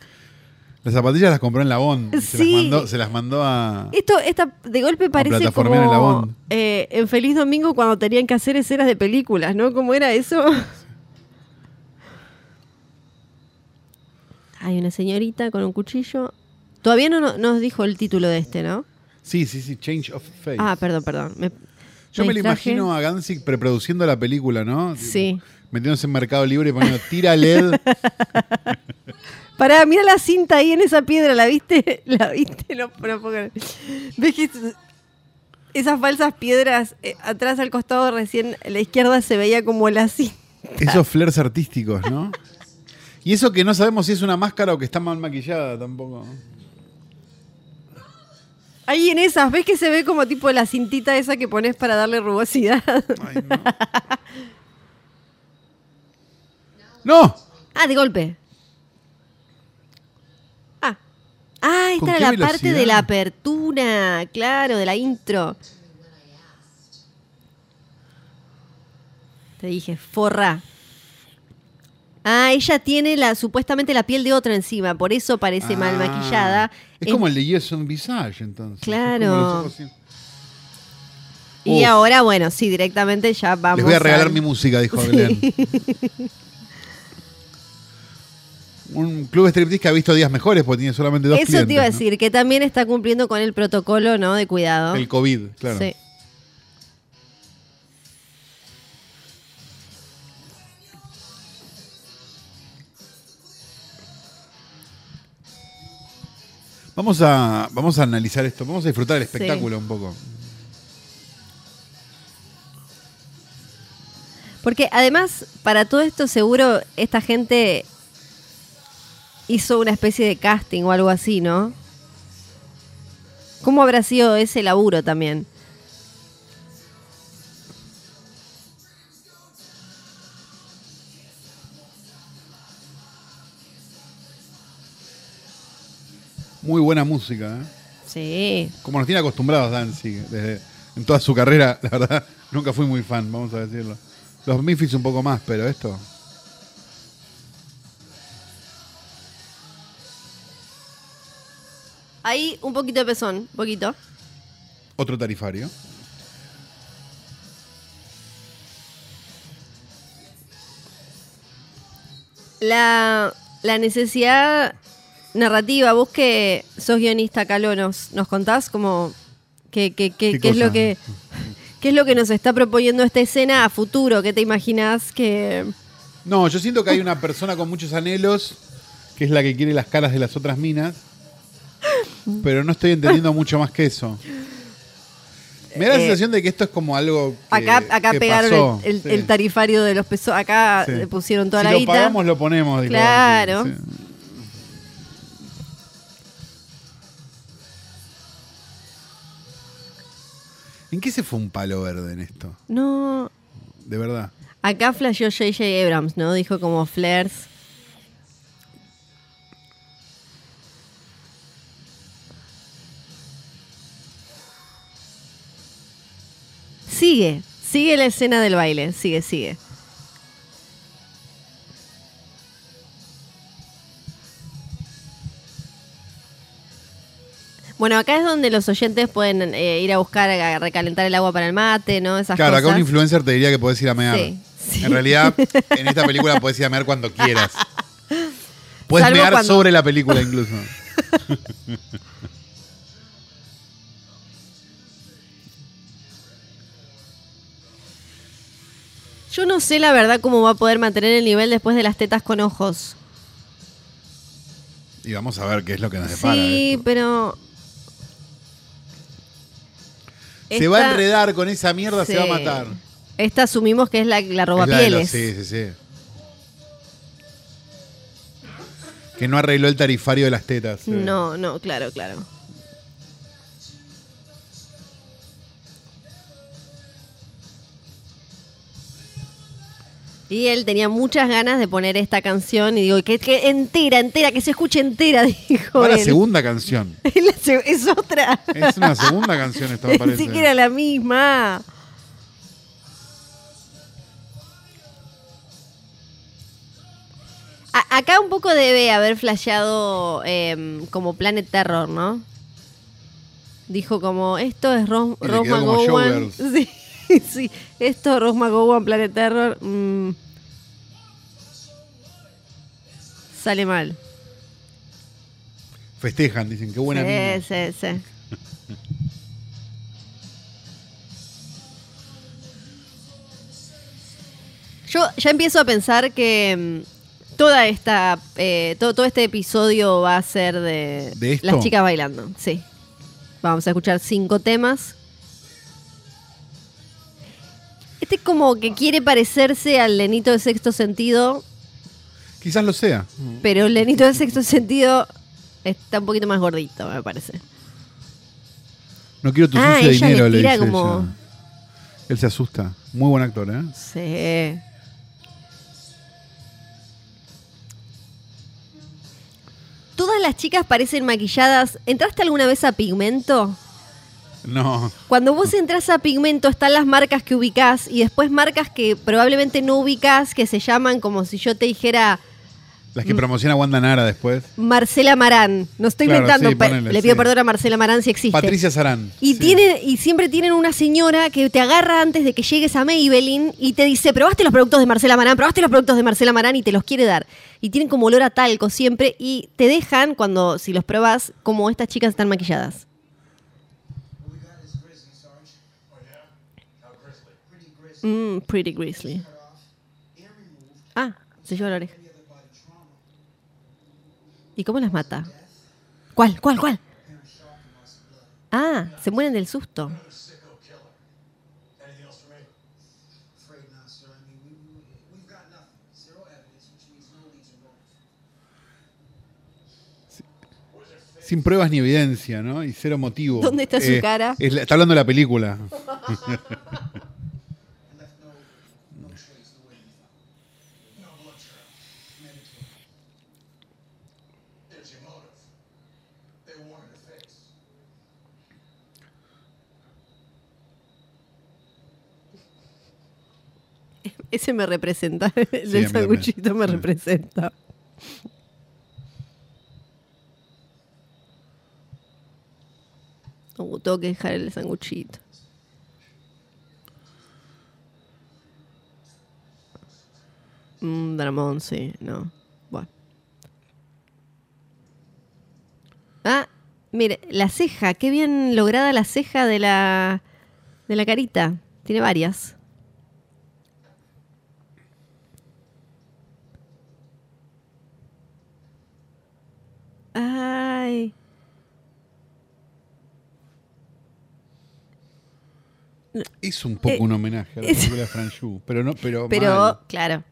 C: Las zapatillas las compró en la Bond. y Se, las
B: Sí.
C: mandó, se las mandó a.
B: Esto, esta, de golpe parece como
C: plataformear el abón.
B: eh, en Feliz Domingo cuando tenían que hacer escenas de películas, ¿no? ¿Cómo era eso? Hay una señorita con un cuchillo. Todavía no no- nos dijo el título de este, ¿no?
C: Sí, sí, sí, Change of Face.
B: Ah, perdón, perdón. Me-
C: Yo me, lo
B: distraje.
C: imagino a Gansik preproduciendo la película, ¿no?
B: Sí.
C: Metiéndose en Mercado Libre y poniendo tira E LED.
B: Pará, mira la cinta ahí en esa piedra, ¿la viste? ¿La viste? No, no puedo creer. ¿Ves que es- esas falsas piedras eh, atrás al costado recién a la izquierda se veía como la cinta?
C: Esos flares artísticos, ¿no? Y eso que no sabemos si es una máscara o que está mal maquillada tampoco.
B: Ahí en esas, ¿ves que se ve como tipo la cintita esa que pones para darle rugosidad?
C: Ay, no. ¡No!
B: ah, de golpe. Ah. Ah,
C: ¿Con
B: esta
C: qué
B: era la parte
C: velocidad?
B: de la apertura, claro, de la intro. Te dije, forra. Ah, ella tiene la supuestamente la piel de otra encima, por eso parece mal
C: Ah,
B: maquillada.
C: Es
B: En-
C: como el de Yes on Visage, entonces. Es como
B: Claro.
C: los ojos sin-
B: Y
C: Uf.
B: ahora, bueno, sí, directamente ya vamos.
C: Les voy a regalar
B: al-
C: mi música, dijo
B: Sí.
C: Belén. Un club de striptease que ha visto días mejores porque tiene solamente dos
B: Eso
C: clientes.
B: te iba a
C: ¿no?
B: decir, que también está cumpliendo con el protocolo, ¿no? De cuidado.
C: El COVID, claro.
B: Sí.
C: Vamos a, vamos a analizar esto, vamos a disfrutar el espectáculo un poco.
B: Porque además, para todo esto, seguro esta gente hizo una especie de casting o algo así, ¿no? ¿Cómo habrá sido ese laburo también?
C: Muy buena música, ¿eh?
B: Sí.
C: Como nos tiene acostumbrados Danzig desde- en toda su carrera, la verdad, nunca fui muy fan, vamos a decirlo. Los Miffis un poco más, pero esto.
B: Ahí un poquito de pezón, un poquito.
C: Otro tarifario.
B: La, la necesidad narrativa, vos que sos guionista, Calo, nos, nos contás como que, que- que-
C: ¿Qué
B: qué es
C: cosa?
B: lo que qué es lo que nos está proponiendo esta escena a futuro, ¿qué te imaginás que
C: No, yo siento que hay una persona con muchos anhelos, que es la que quiere las caras de las otras minas, pero no estoy entendiendo mucho más que eso. Me da la
B: Eh,
C: sensación de que esto es como algo que,
B: acá acá
C: que
B: pegaron
C: pasó.
B: el, el-
C: Sí,
B: el tarifario de los pesos, acá
C: sí.
B: le pusieron toda
C: si
B: la
C: lo
B: guita.
C: pagamos, lo ponemos. dijo,
B: Claro.
C: sí, sí. ¿En qué se fue un palo verde en esto?
B: No,
C: De verdad.
B: acá flasheó JJ Abrams, ¿no? Dijo como flares. Sigue, sigue la escena del baile, sigue, sigue. Bueno, acá es donde los oyentes pueden eh, ir a buscar, a recalentar el agua para el mate, ¿no? Esas
C: Claro, acá
B: cosas.
C: un influencer te diría que podés ir a mear.
B: Sí, sí.
C: En realidad, en esta película podés ir a mear cuando quieras. Puedes
B: Salvo
C: mear
B: cuando-
C: sobre la película incluso.
B: Yo no sé la verdad cómo va a poder mantener el nivel después de las tetas con ojos.
C: Y vamos a ver qué es lo que nos depara.
B: Sí,
C: esto.
B: pero.
C: Se va a
B: Esta-
C: enredar con esa mierda, se va a
B: Sí.
C: matar.
B: Esta asumimos que es la, la
C: Es la de los-
B: robapieles.
C: Sí, sí, sí. Que no arregló el tarifario de las tetas. se ve.
B: Mm. No, no, claro, claro. Y él tenía muchas ganas de poner esta canción y digo, que, que entera, entera, que se escuche entera, dijo.
C: Va la
B: él.
C: segunda canción.
B: Es la seg- es otra.
C: Es una segunda canción esta, me
B: Ni
C: parece.
B: siquiera la misma. A- acá un poco debe haber flasheado em, como Planet Terror, ¿no? Dijo como, esto es Ros
C: Y le
B: Rose
C: quedó como
B: McGowan. Sí, sí, esto es Rose McGowan, Planet Terror. mm. Sale mal.
C: Festejan, dicen, qué buena
B: sí,
C: mina.
B: sí, sí. Yo ya empiezo a pensar que mm, toda esta, eh, todo, todo este episodio va a ser de,
C: ¿De esto?
B: las chicas bailando. Sí. Vamos a escuchar cinco temas. Este como que quiere parecerse al Lenito de sexto sentido,
C: Quizás lo sea.
B: pero el Lenito de sexto sentido está un poquito más gordito, me parece.
C: No quiero tu
B: Ah,
C: sucio
B: ella
C: dinero,
B: le
C: le
B: tira
C: dice
B: como-
C: ella. Él se asusta. Muy buen actor, ¿eh?
B: Sí. Todas las chicas parecen maquilladas. ¿Entraste alguna vez a Pigmento?
C: No.
B: Cuando vos entras a Pigmento están las marcas que ubicás y después marcas que probablemente no ubicás que se llaman como si yo te dijera
C: Las
B: Mm.
C: que promociona Wanda Nara después.
B: Marcela Marán. No estoy
C: Claro,
B: inventando,
C: sí,
B: pa-
C: ponele,
B: le pido
C: sí.
B: perdón a Marcela Marán si existe.
C: Patricia Sarán.
B: Y,
C: Sí.
B: tiene, y siempre tienen una señora que te agarra antes de que llegues a Maybelline y te dice, probaste los productos de Marcela Marán, probaste los productos de Marcela Marán y te los quiere dar. Y tienen como olor a talco siempre y te dejan, cuando si los probas, como estas chicas están maquilladas. Mm, pretty grizzly. Ah, se lleva la oreja. ¿Y cómo las mata? ¿Cuál, cuál, cuál? Ah, se mueren del susto.
D: Afraid not, sir. I mean, we, we, we've got nothing. Zero evidence, which means no leads are wrong.
C: Sin pruebas ni evidencia, ¿no? Y cero motivo. Eh,
B: ¿Dónde está su cara?
C: es la- está hablando de la película.
B: Ese me representa, el
C: Sí, a
B: del
C: mí
B: sanguchito
C: también.
B: me
C: Sí.
B: representa. Uh, tengo que dejar el sanguchito. Mm, Dramón, sí, no. Bueno. Ah, mire, la ceja. Qué bien lograda la ceja de la, de la carita. Tiene varias. Ay.
C: Es un poco
B: Eh,
C: un homenaje a la
B: es-
C: película de Franchu, pero no, pero,
B: Pero,
C: mal.
B: claro.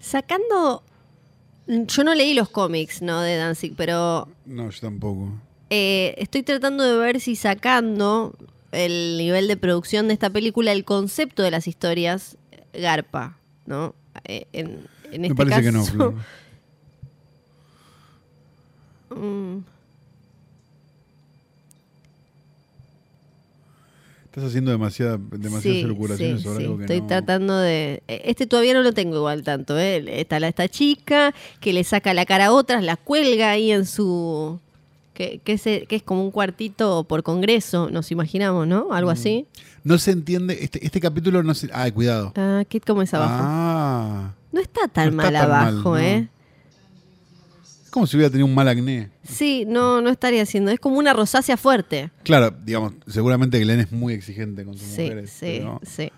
B: Sacando. Yo no leí los cómics, ¿no? De Danzig, pero
C: No, yo tampoco.
B: eh, estoy tratando de ver si sacando el nivel de producción de esta película, el concepto de las historias eh, garpa, ¿no? Eh, en, en
C: Me
B: este
C: parece que no.
B: caso-
C: Flor.
B: Mm,
C: Estás haciendo demasiada, demasiadas
B: sí,
C: locuraciones
B: sí,
C: sobre
B: sí.
C: algo que
B: Estoy
C: no.
B: tratando de. eh, Este todavía no lo tengo igual tanto. ¿eh? Está la, esta chica que le saca la cara a otras, la cuelga ahí en su. Que, que, se- que es como un cuartito por congreso, nos imaginamos, ¿no? Algo
C: Mm.
B: así.
C: No se entiende. Este, este capítulo no se. Ah, cuidado.
B: Ah, Kit, ¿cómo es abajo?
C: Ah.
B: no está tan
C: no
B: mal
C: está tan mal,
B: abajo,
C: no.
B: ¿eh?
C: Es como si hubiera tenido un mal acné.
B: Sí, no, no estaría haciendo. Es como una rosácea fuerte.
C: Claro, digamos, seguramente Glenn es muy exigente con sus
B: Sí,
C: mujeres.
B: sí,
C: pero-
B: sí.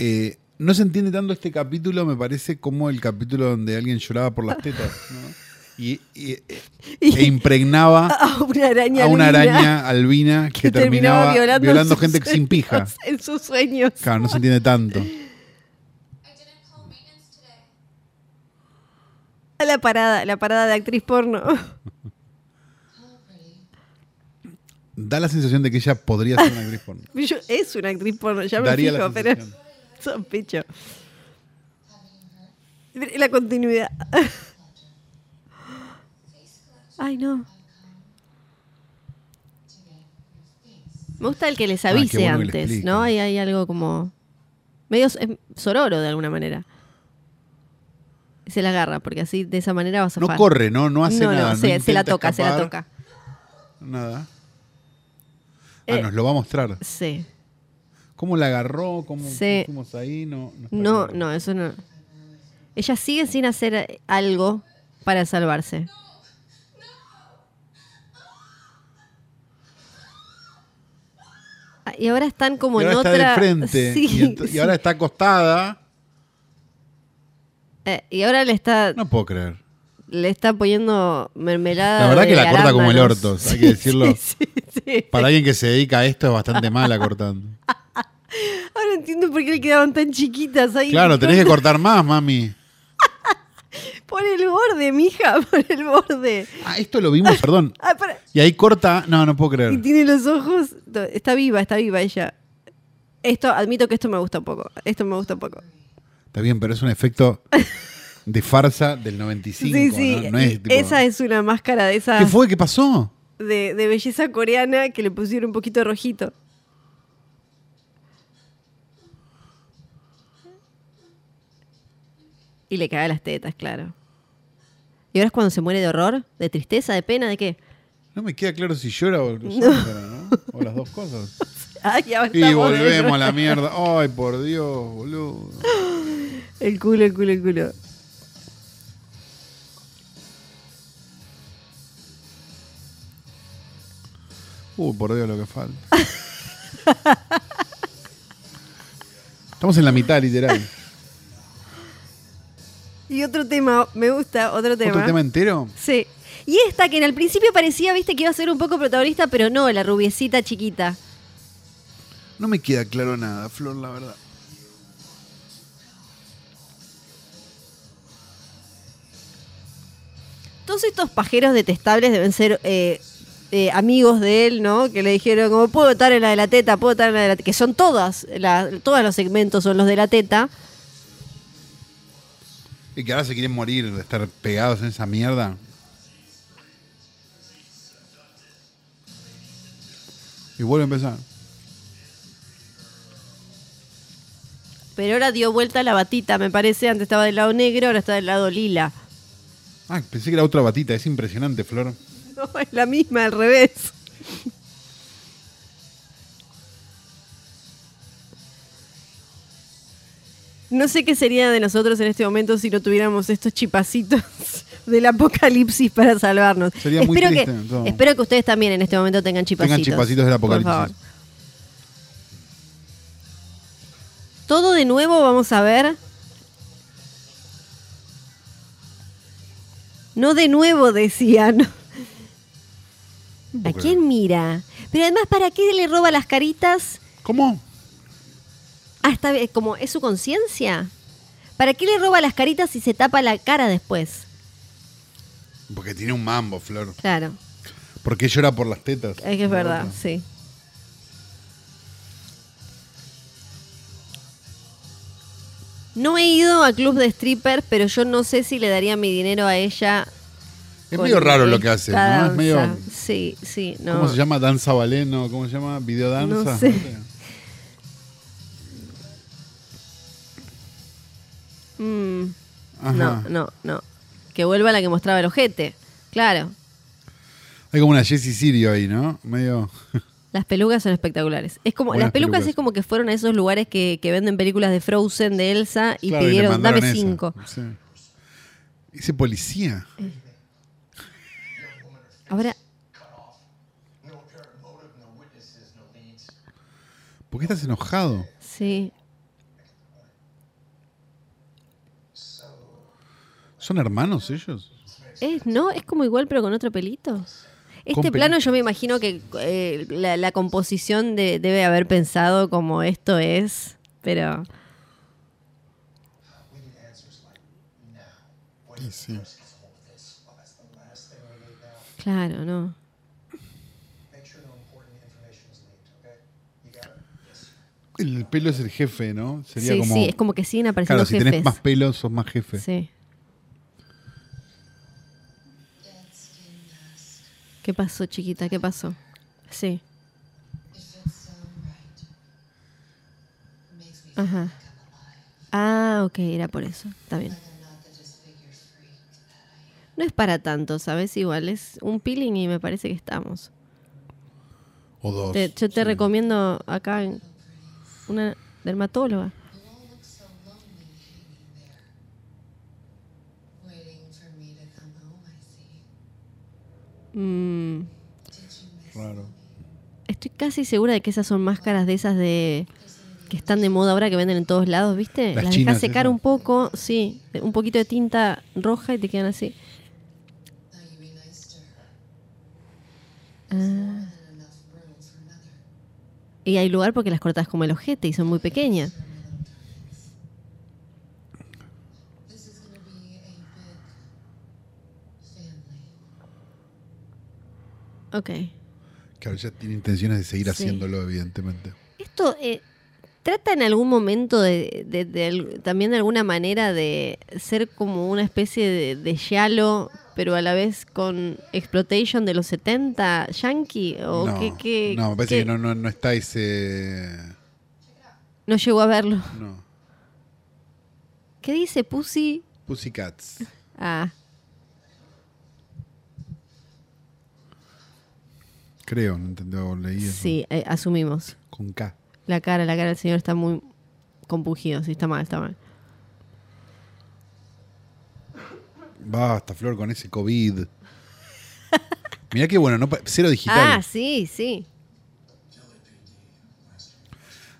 C: Eh, no se entiende tanto este capítulo, me parece, como el capítulo donde alguien lloraba por las tetas, ¿no? Y, y- e- e impregnaba
B: A una araña.
C: a una
B: albina
C: araña albina que, terminaba, violando,
B: sus
C: gente sin pija.
B: sueños, En sus sueños.
C: Claro, no se entiende tanto.
E: I didn't call maintenance today.
B: La parada, la parada de actriz porno.
C: Da la sensación de que ella podría ser una Griffon.
B: Yo- es una actriz porno, ya me
C: Daría
B: fijo,
C: la
B: pero
C: sensación.
B: sospecho. La continuidad. Ay, no. Me gusta el que les
C: Ah, qué
B: avise
C: bueno que le
B: antes,
C: explica.
B: ¿no? Ahí hay algo como. medio s- em, sororo de alguna manera. Se la agarra, porque así de esa manera vas a
C: No corre, ¿no? No hace nada. no
B: se, se la
C: intenta
B: toca, se la
C: escapar,
B: toca.
C: Nada. Ah,
B: Eh.
C: nos lo va a mostrar.
B: Sí.
C: ¿Cómo la agarró? ¿Cómo
B: Sí.
C: fuimos ahí? No, no, está
B: No,
C: claro.
B: no, eso no. Ella sigue sin hacer algo para salvarse. Ah, Y ahora están como
C: y
B: en
C: ahora
B: otra.
C: está de frente
B: Sí,
C: y, ento- y
B: sí.
C: ahora está acostada.
B: Eh, y ahora le está,
C: No puedo creer.
B: le está poniendo mermelada.
C: La verdad que
B: de
C: la corta como el
B: arándanos.
C: orto, hay que decirlo.
B: Sí, sí, sí.
C: Para alguien que se dedica a esto es bastante mala cortando.
B: Ahora entiendo por qué le quedaban tan chiquitas ahí.
C: Claro, tenés que cortar más, mami.
B: Por el borde, mija, por el borde.
C: Ah, esto lo vimos, perdón.
B: Ah, para-
C: Y ahí corta. No, no puedo
B: Y
C: creer.
B: tiene los ojos. no, Está viva, está viva ella. Esto, admito que esto me gusta un poco. Esto me gusta un poco.
C: Está bien, pero es un efecto de farsa del 95.
B: sí, sí.
C: ¿no? No es,
B: y
C: tipo,
B: Esa es una máscara de
C: ¿Qué
B: esas
C: fue? ¿Qué pasó?
B: de, de belleza coreana que le pusieron un poquito de rojito. Y le caga las tetas, claro. ¿Y ahora es cuando se muere de horror? ¿De tristeza? ¿De pena? ¿De qué?
C: No me queda claro si llora o no llora, ¿no? O las dos cosas.
B: Ay, ahora
C: Y
B: estamos de
C: volvemos a la
B: nuevo.
C: mierda. Ay, por Dios, boludo.
B: El culo, el culo, el culo.
C: Uh, por Dios lo que falta. Estamos en la mitad, literal.
B: Y otro tema, me gusta, otro tema.
C: ¿Otro tema entero?
B: Sí. Y esta que en el principio parecía, viste, que iba a ser un poco protagonista, pero no, la rubiecita chiquita.
C: No me queda claro nada, Flor, la verdad.
B: Todos estos pajeros detestables deben ser eh, eh, amigos de él, ¿no? Que le dijeron, como, puedo estar en la de la teta, puedo estar en la de la teta. Que son todas, la- todos los segmentos son los de la teta.
C: Y que ahora se quieren morir de estar pegados en esa mierda. Y vuelve a empezar.
B: Pero ahora dio vuelta la batita, me parece. Antes estaba del lado negro, ahora está del lado lila.
C: Ah, pensé que era otra batita, es impresionante, Flor.
B: No, es la misma, al revés. No sé qué sería de nosotros en este momento si no tuviéramos estos chipacitos del apocalipsis para salvarnos.
C: Sería muy
B: espero,
C: triste,
B: que,
C: todo.
B: espero que ustedes también en este momento tengan chipacitos.
C: Tengan chipacitos del
B: por favor.
C: apocalipsis.
B: Todo de nuevo vamos a ver. No de nuevo decían. ¿A
C: Porque-
B: quién mira? Pero además, ¿para qué le roba las caritas?
C: ¿Cómo?
B: Hasta eh, como es su conciencia. ¿Para qué le roba las caritas si se tapa la cara después?
C: Porque tiene un mambo, Flor.
B: Claro,
C: Porque llora por las tetas.
B: es que es verdad, sí. No he ido a club de strippers, pero yo no sé si le daría mi dinero a ella.
C: Es
B: con
C: medio raro lo
B: esta
C: que hace, ¿no? Es medio.
B: danza. Sí, sí, no.
C: ¿Cómo se llama? Danza baleno, ¿cómo se llama? Videodanza.
B: No sé. Mm. No,
C: Ajá.
B: no, no. Que vuelva la que mostraba el ojete. Claro.
C: Hay como una Jessie Sirio ahí, ¿no? Medio.
B: Las pelucas son espectaculares. Es como,
C: Buenas
B: las pelucas,
C: pelucas.
B: es como que fueron a esos lugares que, que venden películas de Frozen, de Elsa, y
C: Claro, le
B: pidieron,
C: mandaron
B: dame
C: esa".
B: cinco.
C: Sí. Ese policía.
B: Ahora,
D: No apparent motive, no witnesses, no leads.
C: ¿Por qué estás enojado?
B: sí.
C: ¿Son hermanos ellos?
B: Es, no, es como igual, pero con otro pelito. Este
C: Con
B: plano
C: pelito.
B: yo me imagino que eh, la, la composición de- debe haber pensado como esto es, pero...
D: We need answers like now. What
C: Y sí.
D: first gets hold of this? Well, that's the last thing we need now.
B: Claro, no.
D: Make sure no important information is leaked, okay? You got it? Yes.
C: El pelo es el jefe, ¿no? Sería
B: Sí,
C: como.
B: sí, es como que siguen apareciendo
C: Claro, si
B: jefes.
C: tenés más pelo, sos más jefe.
B: Sí.
E: Dead skin mask.
B: ¿Qué pasó, chiquita? ¿Qué pasó? Sí.
E: It fits so right. Makes me feel
B: Ajá.
E: like I'm alive.
B: Ah, ok, era por eso. Está bien.
E: Like I'm not the disfigured freak that I am.
B: No es para tanto, ¿sabes? Igual es un peeling y me parece que estamos.
C: O dos.
B: Te- yo te recomiendo acá en- una dermatóloga.
E: You all look so lonely hanging there. Waiting for me to come home, I see.
B: Mm,
E: Did you miss
C: Raro.
B: estoy casi segura de que esas son máscaras de esas de que están de moda ahora que venden en todos lados, ¿viste?
C: Las
B: Las, dejas
C: chinas,
B: secar
C: esas.
B: un poco, sí, un poquito de tinta roja y te quedan así.
E: Now you be nice to her.
B: Ah,
E: There's enough room for another.
B: y hay lugar porque las cortas como el ojete y son muy pequeñas.
E: This is gonna be a big family.
B: Ok.
C: Claro, ya tiene intenciones de seguir
B: Sí.
C: haciéndolo, evidentemente.
B: Esto eh, trata en algún momento de, de- de al- también de alguna manera de ser como una especie de, de yalo, pero a la vez con exploitation de los 70 yankee o
C: no,
B: Oh, qué, qué-
C: no, me parece
B: qué-
C: que no, no, no está ese.
B: no llegó a verlo.
C: No.
B: ¿Qué dice Pussy?
C: Pussycats.
B: Ah,
C: Creo, no entendí o leí eso.
B: sí, eh, asumimos.
C: Con K.
B: La cara, la cara del señor está muy compungido, sí, está mal, está mal.
C: Basta, Flor, con ese COVID. Mirá que bueno, no pa- cero digital.
B: Ah, sí, sí.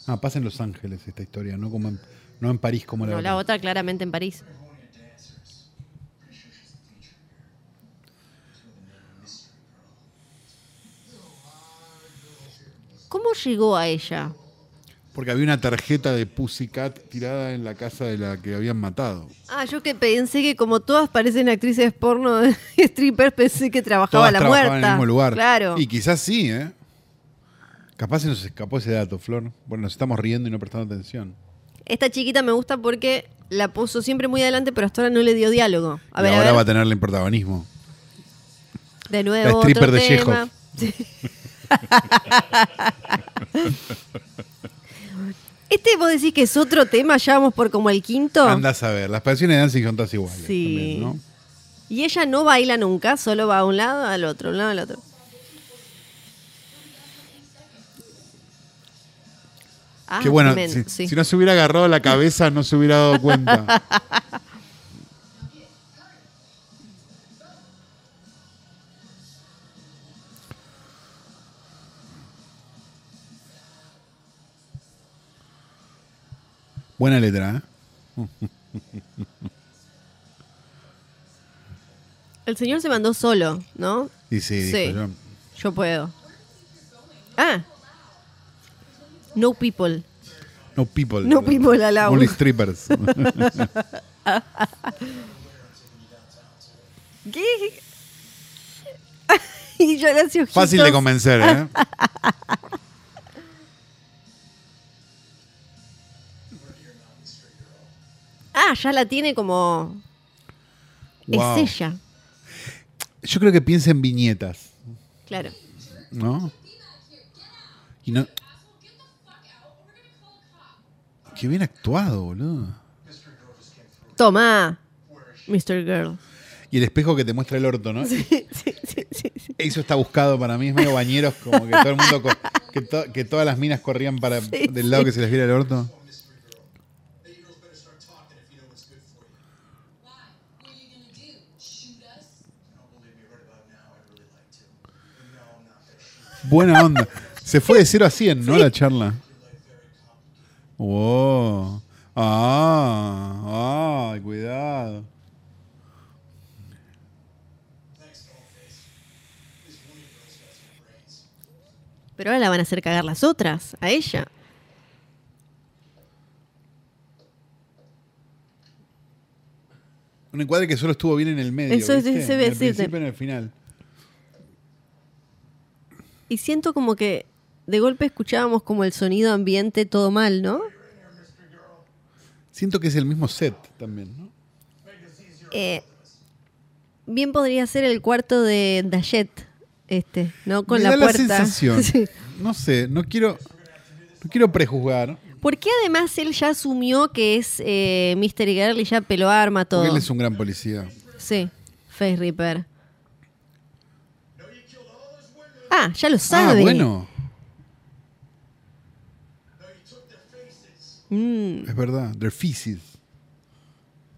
C: Ah, pasa en Los Ángeles esta historia, no como en, no en París como la
B: No,
C: otra.
B: la otra claramente en París. ¿Cómo llegó a ella?
C: Porque había una tarjeta de Pussycat tirada en la casa de la que habían matado.
B: Ah, yo que pensé que como todas parecen actrices porno de strippers, pensé que trabajaba
C: Todas
B: a la
C: trabajaban
B: muerta.
C: en el mismo lugar.
B: Claro.
C: Y quizás sí, ¿eh? Capaz se nos escapó ese dato, Flor. Bueno, nos estamos riendo y no prestando atención.
B: Esta chiquita me gusta porque la puso siempre muy adelante, pero hasta ahora no le dio diálogo. A ver,
C: y ahora
B: a
C: va a
B: ver.
C: tenerle en protagonismo.
B: De nuevo,
C: la stripper
B: otro
C: de
B: tema.
C: Chekhov.
B: Este vos decís que es otro tema, ya vamos por como el quinto.
C: Andás a ver, las canciones de Dancing son todas iguales.
B: Oh. Sí.
C: también, ¿no?
B: Y ella no baila nunca, solo va a un lado, al otro, un lado, al otro. Ah,
C: que bueno,
B: tremendo,
C: si,
B: sí.
C: si no se hubiera agarrado la cabeza, no se hubiera dado cuenta. Buena letra, ¿eh?
B: El señor se mandó solo, ¿no?
C: Y sí, dijo
B: Sí.
C: yo.
B: Yo puedo. Ah. No people.
C: No people.
B: No people allowed.
C: Only strippers.
B: ¿Qué? y yo le hacía ojitos.
C: Fácil de convencer, ¿eh?
B: Ah, ya la tiene como...
C: Wow.
B: Es ella.
C: Yo creo que piensa en viñetas,
B: Claro.
C: ¿no? Y no... Qué bien actuado, boludo.
B: Toma, Mr. Girl.
C: Y el espejo que te muestra el orto, ¿no?
B: Sí, sí, sí, sí, sí.
C: Eso está buscado para mí, es medio bañeros, como que todo el mundo, co- que, to- que todas las minas corrían para
B: Sí,
C: del lado que se les viera el orto.
E: What are you gonna do? Shoot us?
C: Buena onda. Se fue de 0 a 100, ¿no? La charla. Wow. Ah, ah, cuidado.
B: Pero ahora la van a hacer cagar las otras, a ella.
C: Un encuadre que solo estuvo bien en el medio.
B: Eso es-
C: ¿viste?
B: se ve,
C: En el
B: sí,
C: principio
B: se-
C: y en el final.
B: Y siento como que de golpe escuchábamos como el sonido ambiente todo mal, ¿no?
C: Siento que es el mismo set también, ¿no?
B: Eh, bien podría ser el cuarto de Dayet, este, ¿no? Con
C: Me
B: la
C: da
B: puerta.
C: la sensación.
B: Sí.
C: No sé, no quiero, no quiero prejuzgar.
B: Porque además él ya asumió que es eh, Mr. Girl y ya peló arma todo.
C: Porque él es un gran policía.
B: Sí, Face Reaper. Ah, ya lo sabe.
C: Ah, bueno.
B: Mm,
C: Es verdad, they're feces.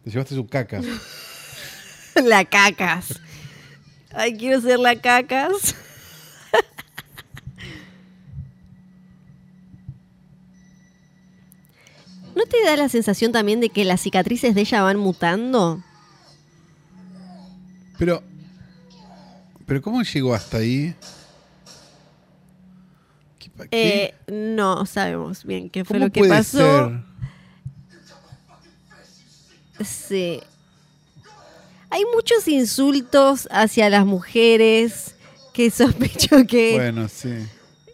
C: Te llevaste su caca.
B: la cacas. Ay, quiero ser la cacas. ¿No te da la sensación también de que las cicatrices de ella van mutando?
C: Pero, pero ¿cómo llegó hasta ahí? ¿Qué, pa- qué?
B: Eh, no sabemos bien qué fue
C: ¿Cómo
B: lo que
C: puede
B: pasó.
C: ser?
B: Sí. Hay muchos insultos hacia las mujeres que sospecho que
C: Bueno, sí.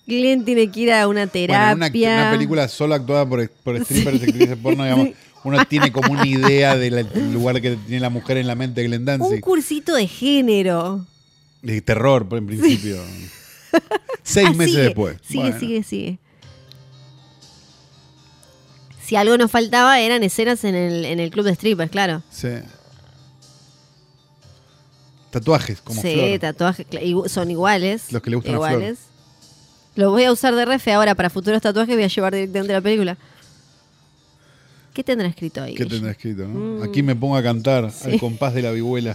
B: Glenn tiene que ir a una terapia.
C: Bueno, una, act- una película solo actuada por, por strippers
B: Sí.
C: y actrices porno, digamos, uno tiene como una idea del lugar que tiene la mujer en la mente de Glenn
B: Un
C: Danzig.
B: cursito de género.
C: De terror, por en principio. Seis
B: Ah,
C: meses
B: sigue,
C: después.
B: Sigue,
C: Bueno.
B: sigue, sigue. Si algo nos faltaba eran escenas en el, en el club de strippers, claro.
C: Sí. Tatuajes, como
B: sí,
C: flor.
B: tatuajes cla- igu- son iguales.
C: Los que le gustan a Flor.
B: iguales. Los voy a usar de refe ahora para futuros tatuajes, voy a llevar directamente la película. ¿Qué tendrá escrito ahí?
C: ¿Qué
B: Guille?
C: tendrá escrito? no?
B: Mm.
C: Aquí me pongo a cantar
B: Sí.
C: al compás de la vihuela.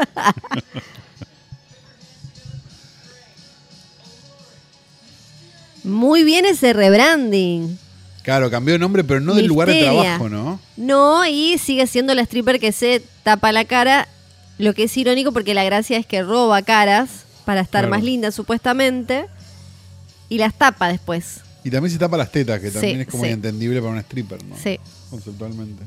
B: Muy bien ese rebranding.
C: Claro, cambió de nombre, pero no del lugar de
B: Misteria.
C: trabajo, ¿no?
B: No, y sigue siendo la stripper que se tapa la cara, lo que es irónico porque la gracia es que roba caras para estar
C: Claro.
B: más linda supuestamente y las tapa después.
C: Y también se tapa las tetas, que
B: Sí,
C: también es como
B: sí.
C: inentendible para un stripper, ¿no?
B: Sí.
C: Conceptualmente.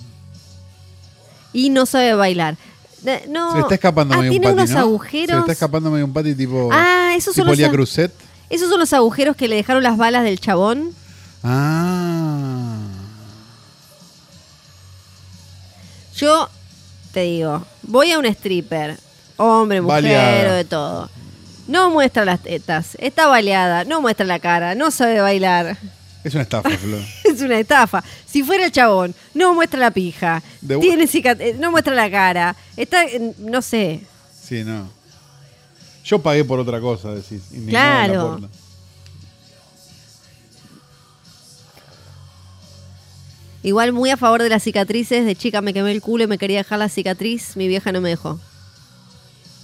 B: Y no sabe bailar. De- No.
C: Se le está escapando
B: Ah,
C: medio un
B: tiene
C: pati,
B: unos
C: ¿no? Se
B: agujeros.
C: le está escapando medio un pati tipo.
B: Ah, esos son
C: tipo
B: los
C: Lia
B: a-
C: Cruzet.
B: Esos son los agujeros que le dejaron las balas del chabón.
C: Ah.
B: Yo te digo, voy a un stripper, hombre, mujer,
C: Baleada.
B: o de todo. No muestra las tetas, está baleada, no muestra la cara, no sabe bailar.
C: Es una estafa, Flor.
B: Es una estafa. Si fuera el chabón, no muestra la pija,
C: De bu-
B: tiene cicat- eh, no muestra la cara, está, en- no sé.
C: Si Sí, no. Yo pagué por otra cosa, decís. indignado en la
B: Claro.
C: puerta.
B: Igual muy a favor de las cicatrices. De chica me quemé el culo y me quería dejar la cicatriz. Mi vieja no me dejó.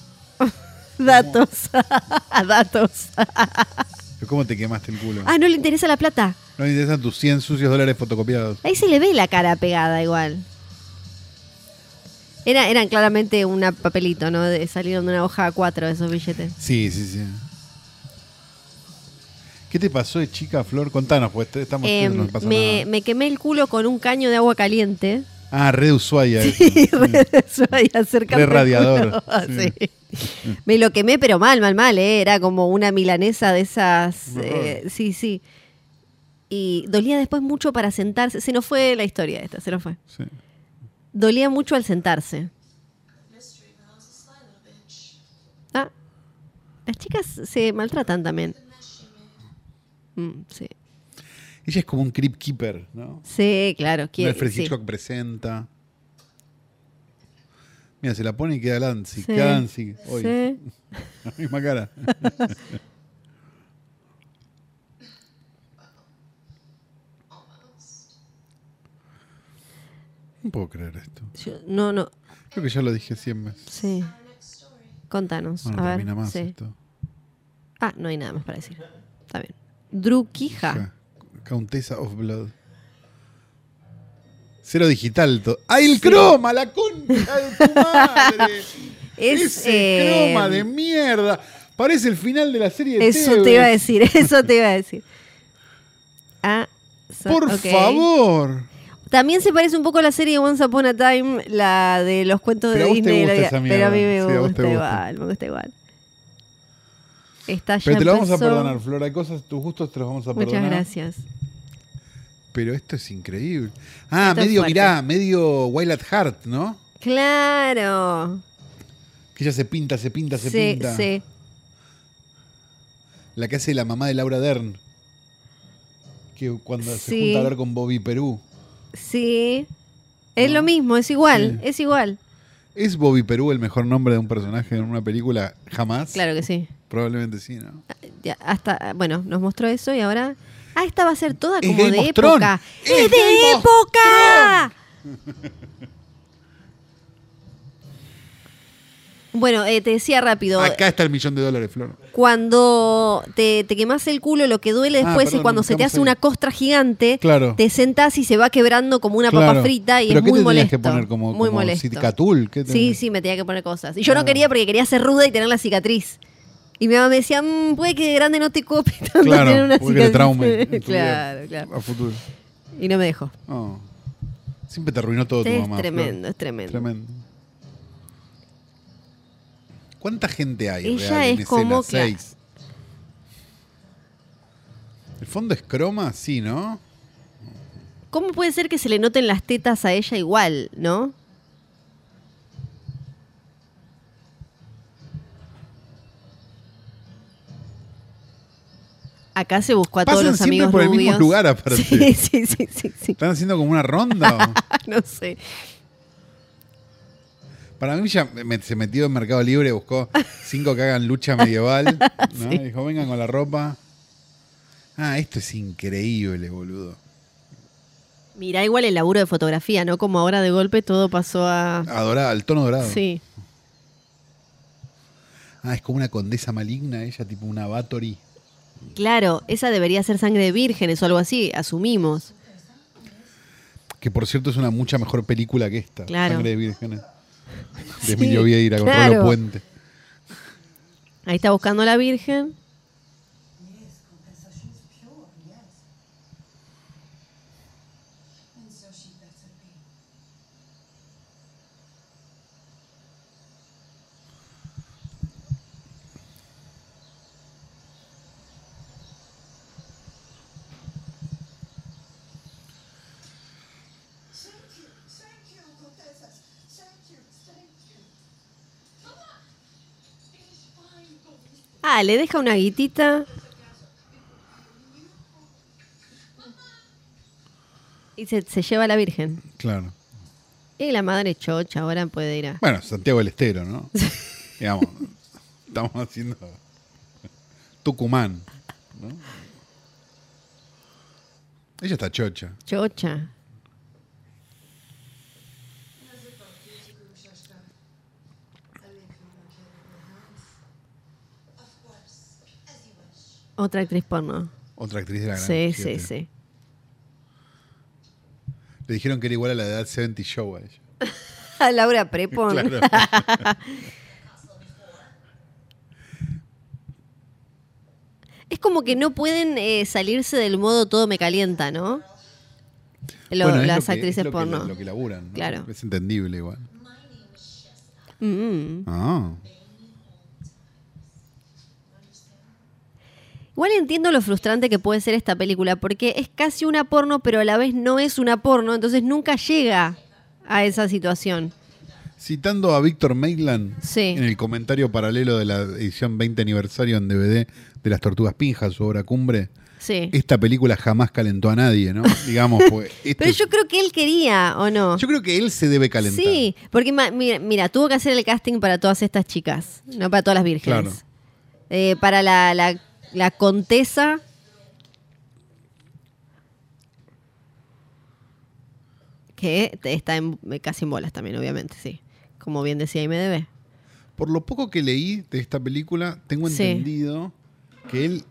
B: Datos. Datos.
C: Pero ¿Cómo te quemaste el culo?
B: Ah, no le interesa la plata.
C: No me interesan tus 100 sucios dólares fotocopiados.
B: Ahí se le ve la cara pegada igual. Era, eran claramente un papelito, ¿no? De, salieron de una hoja a cuatro esos billetes.
C: Sí, sí, sí. ¿Qué te pasó de chica, Flor? Contanos, pues te- estamos
B: Em,
C: no pasa
B: me,
C: nada.
B: me quemé el culo con un caño de agua caliente.
C: Ah, red Ushuaia.
B: Y re- soy acercando el
C: Mm. Re radiador. Mm.
B: culo, sí. Me lo quemé, pero mal, mal, mal. eh. Era como una milanesa de esas.
C: Horror.
B: eh, sí, sí. Y dolía después mucho para sentarse. Se nos fue la historia esta, se nos fue.
C: Sí.
B: Dolía mucho al sentarse.
E: Mystery Mouse is sly little bitch.
B: Ah, las chicas se maltratan también. Mm, sí.
C: Ella es como un creep keeper, ¿no?
B: sí, claro.
C: No
B: quiere-
C: Alfred
B: sí.
C: Hitchcock presenta. Mira, se la pone y queda Danzig.
B: Sí.
C: Queda Danzig hoy.
B: Sí.
C: La misma cara. No puedo creer esto.
B: Yo- no, no,
C: Creo que ya lo dije 100 veces.
B: sí. Contanos.
C: No,
B: a
C: no
B: ver.
C: termina más
B: sí.
C: esto.
B: Ah, no hay nada más para decir. Está bien. Druquija.
C: Ja. Countessa of Blood. Cero digital. to- ¡Ay, el croma! ¡La concha de tu madre!
B: Es,
C: Ese
B: eh,
C: croma de mierda. Parece el final de la serie de
B: Eso te iba a
C: Tevez.
B: decir, eso te iba a decir. Ah, so-
C: Por
B: ok.
C: favor.
B: También se parece un poco a la serie Once Upon a Time, la de los cuentos
C: Pero a
B: de
C: vos te
B: Disney. de la
C: gusta
B: vida.
C: esa
B: pero a mí me
C: mierda. Sí, a vos te
B: gusta
C: gusta.
B: igual, me gusta igual. Está ya
C: Pero te lo vamos a
B: empezó.
C: perdonar, Flor. Hay cosas, tus gustos te los vamos a
B: Muchas
C: perdonar.
B: gracias.
C: Pero esto es increíble. Ah,
B: Esto es
C: medio,
B: fuerte.
C: mirá, medio Wild at Heart, ¿no?
B: Claro.
C: Que ella se pinta, se pinta, se
B: sí,
C: pinta.
B: sí.
C: La que hace la mamá de Laura Dern. Que cuando se
B: Sí.
C: junta a hablar con Bobby Perú.
B: Sí. Es lo mismo, es igual,
C: Sí.
B: es igual.
C: ¿Es Bobby Perú el mejor nombre de un personaje en una película jamás?
B: Claro que sí.
C: Probablemente sí, ¿no?
B: Ya, hasta, bueno, nos mostró eso y ahora. Ah, esta va a ser toda
C: Es
B: como
C: Game
B: de
C: of
B: época.
C: Thrones.
B: ¡Es,
C: ¡Es
B: de
C: Game of
B: época! bueno, eh, te decía rápido.
C: Acá está el millón de dólares, Flor.
B: Cuando te, te quemas el culo, lo que duele
C: Ah,
B: después
C: perdón,
B: es cuando se te
C: estamos
B: hace
C: ahí.
B: una costra gigante.
C: Claro.
B: Te sentás y se va quebrando como una papa frita y
C: ¿Pero
B: es
C: qué
B: muy
C: te tenías
B: molesto.
C: que poner como,
B: muy
C: como
B: molesto.
C: Cicatul? ¿Qué te-
B: Sí, sí, me tenía que poner cosas. Y yo no
C: Ah.
B: quería porque quería ser ruda y tener la cicatriz. Y mi mamá me decía, "Mm, puede que de grande no te copie tanto
C: Claro,
B: tener una
C: puede que te
B: cicatriz.
C: traume en tu
B: claro,
C: vida
B: claro.
C: A futuro.
B: Y no me dejó.
C: Oh. Siempre te arruinó todo tu
B: es
C: mamá. Flor.
B: tremendo, es tremendo.
C: Tremendo. ¿Cuánta gente hay?
B: Ella
C: real en
B: es como
C: escena?
B: cla-
C: Seis. ¿El fondo es croma? Sí, ¿no?
B: ¿Cómo puede ser que se le noten las tetas a ella igual, no? Acá se buscó a todos
C: Pasan
B: los
C: siempre
B: amigos
C: por el mismo
B: rubios.
C: lugar, aparte.
B: Sí, sí, sí, sí, sí. Ah,
C: ¿Están haciendo como una ronda? o?
B: No sé.
C: Para mí ya me- se metió en Mercado Libre, buscó cinco que hagan lucha medieval. ¿no? Dijo, vengan con la ropa. Ah, esto es increíble, boludo.
B: Mirá igual el laburo de fotografía, ¿no? Como ahora de golpe todo pasó a...
C: Adorado, Ah, el tono dorado.
B: Sí.
C: Ah, es como una condesa maligna ella, tipo una Batory.
B: Claro, esa debería ser sangre de vírgenes o algo así, asumimos.
C: Que por cierto es una mucha mejor película que esta.
B: Claro.
C: Sangre de Vírgenes. De
B: Sí,
C: Emilio Vieira con
B: claro.
C: Rolo Puente.
B: Ahí está buscando a la virgen.
E: And so she lets it be.
D: Thank you, thank you, Contessa. Thank you, thank you.
B: Ah, le deja una guitita. Y se, se lleva a la virgen.
C: Claro.
B: Y la madre chocha ahora puede ir a...
C: Bueno, Santiago del Estero, ¿no? Digamos, estamos haciendo Tucumán. ¿no? Ella está chocha.
B: Chocha.
E: Of course, as you wish.
B: Otra actriz porno.
C: Otra actriz de la gran
B: Sí, sí,
C: siete.
B: sí.
C: Le dijeron que era igual a la de That 70 Show a ella.
B: A Ah, Laura Prepon.
C: Claro.
B: Es como que no pueden eh, salirse del modo todo me calienta, ¿no? Lo-
C: Bueno,
B: las
C: es lo que- es
B: actrices
C: lo que-
B: porno.
C: lo que laburan. ¿no?
B: Claro.
C: Es entendible igual.
B: Mm.
C: Ah.
B: Igual entiendo lo frustrante que puede ser esta película, porque es casi una porno, pero a la vez no es una porno, entonces nunca llega a esa situación.
C: Citando a Víctor Maitland
B: Sí.
C: en el comentario paralelo de la edición 20 aniversario en DVD de Las Tortugas Pinjas, su obra cumbre,
B: Sí.
C: esta película jamás calentó a nadie, ¿no? Digamos, pues.
B: Pero yo creo que él quería, ¿o no?
C: yo creo que él se debe calentar.
B: Sí, porque ma- mira, mira, tuvo que hacer el casting para todas estas chicas, no para todas las vírgenes.
C: Claro.
B: Eh, para la, la, la contesa. Que está en- casi en bolas también, obviamente, sí. Como bien decía IMDB.
C: Por lo poco que leí de esta película, tengo
B: Sí.
C: entendido que él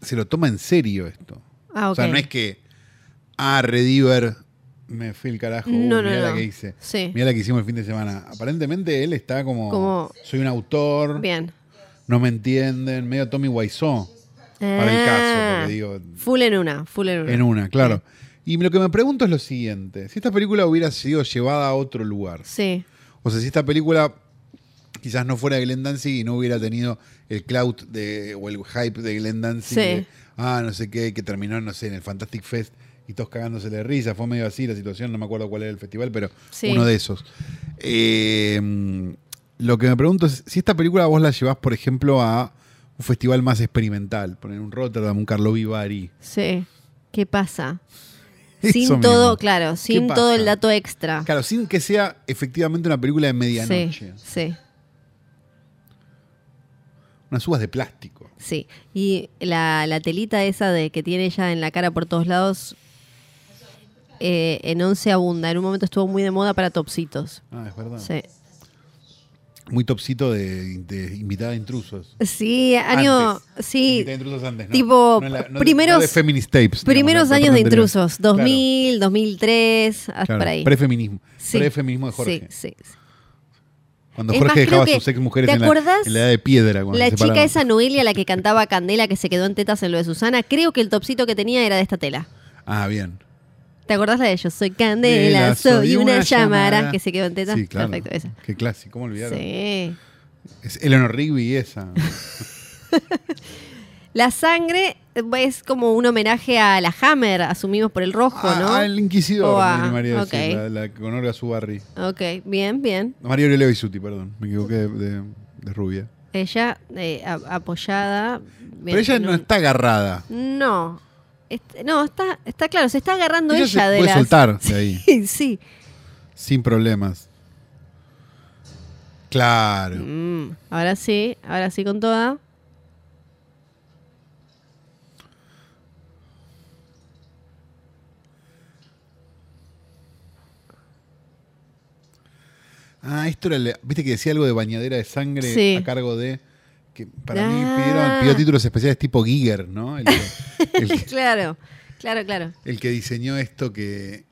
C: se lo toma en serio esto.
B: Ah,
C: O sea,
B: ok.
C: no es que, ah, Rediver, me fui el carajo, uh,
B: No, no,
C: mirá la
B: no.
C: que hice.
B: Sí.
C: Mirá la que hicimos el fin de semana. Aparentemente él está como,
B: Como-
C: soy un autor,
B: Bien.
C: no me entienden, medio Tommy Wiseau para el caso, porque digo,
B: Ah, Full en una, full en una.
C: en una, claro. Y lo que me pregunto es lo siguiente, si esta película hubiera sido llevada a otro lugar,
B: Sí,
C: o sea, si esta película quizás no fuera Glenn Danzig y no hubiera tenido el clout de, o el hype de Glenn Danzig,
B: Sí.
C: de, ah, no sé qué, que terminó, no sé, en el Fantastic Fest y todos cagándose de risa, fue medio así la situación, no me acuerdo cuál era el festival, pero
B: Sí.
C: uno de esos. Eh, lo que me pregunto es, si esta película vos la llevás, por ejemplo, a un festival más experimental, poner un Rotterdam, un Carlo Vivari.
B: sí. ¿Qué pasa?
C: Eso
B: Sin todo,
C: mismo.
B: claro, sin
C: ¿Qué
B: todo
C: pasa?
B: el dato extra.
C: Claro, sin que sea efectivamente una película de
B: sí,
C: medianoche.
B: sí,
C: Unas uvas de plástico.
B: sí. Y la, la telita esa de que tiene ella en la cara por todos lados, eh, en once abunda. En un momento estuvo muy de moda para topsitos.
C: Ah, es verdad.
B: Sí.
C: Muy topsito de, de invitada a intrusos.
B: Sí, año,
C: Antes.
B: sí,
C: Invitada a intrusos antes, ¿no?
B: tipo,
C: No en no de-
B: primeros-
C: no de feminist tapes. digamos,
B: primeros
C: la- la
B: años de
C: parte anterior.
B: intrusos,
C: Claro,
B: 2000, 2003, hasta
C: claro,
B: por ahí.
C: Prefeminismo.
B: Sí.
C: Prefeminismo de Jorge.
B: Sí, sí, sí.
C: Cuando
B: Es
C: Jorge
B: más, creo
C: dejaba a
B: que-
C: sus ex mujeres
B: ¿te
C: en la,
B: acordás?
C: en la edad de piedra. cuando
B: La
C: se
B: chica
C: separaban.
B: esa Noelia, la que cantaba Candela, que se quedó en tetas en lo de Susana, creo que el topsito que tenía era de esta tela.
C: Ah, bien.
B: ¿Te acordás la de yo? Soy Candela,
C: Tela,
B: soy una llamara,
C: llamada.
B: que se quedó en tetas.
C: Sí, claro.
B: Perfecto, esa.
C: Qué clásico, ¿cómo olvidaron?
B: Sí.
C: Es Eleanor Rigby esa.
B: La sangre eh, es como un homenaje a la Hammer, asumimos por el rojo,
C: Ah,
B: ¿no?
C: ah, el Inquisidor,
B: O a-
C: me animaría a
B: ok.
C: decir, la, la con Olga Subarri.
B: Ok, bien, bien.
C: María Aurelia Bisuti, perdón. Me equivoqué de, de- de rubia.
B: Ella eh, a- apoyada. bien,
C: Pero ella
B: en
C: no
B: un-
C: está agarrada.
B: No. Este- no, está, está claro, se está agarrando ella,
C: Ella se
B: de
C: puede
B: las-
C: soltar de ahí.
B: Sí, sí.
C: Sin problemas. Claro.
B: Mm, ahora sí, ahora sí con toda.
C: Ah, esto era. la- Viste que decía algo de bañadera de sangre
B: Sí.
C: a cargo de. Que para mí
B: Ah.
C: pidieron, pidió títulos especiales tipo Giger, ¿no? El, el que,
B: claro, claro, claro.
C: el que diseñó esto que.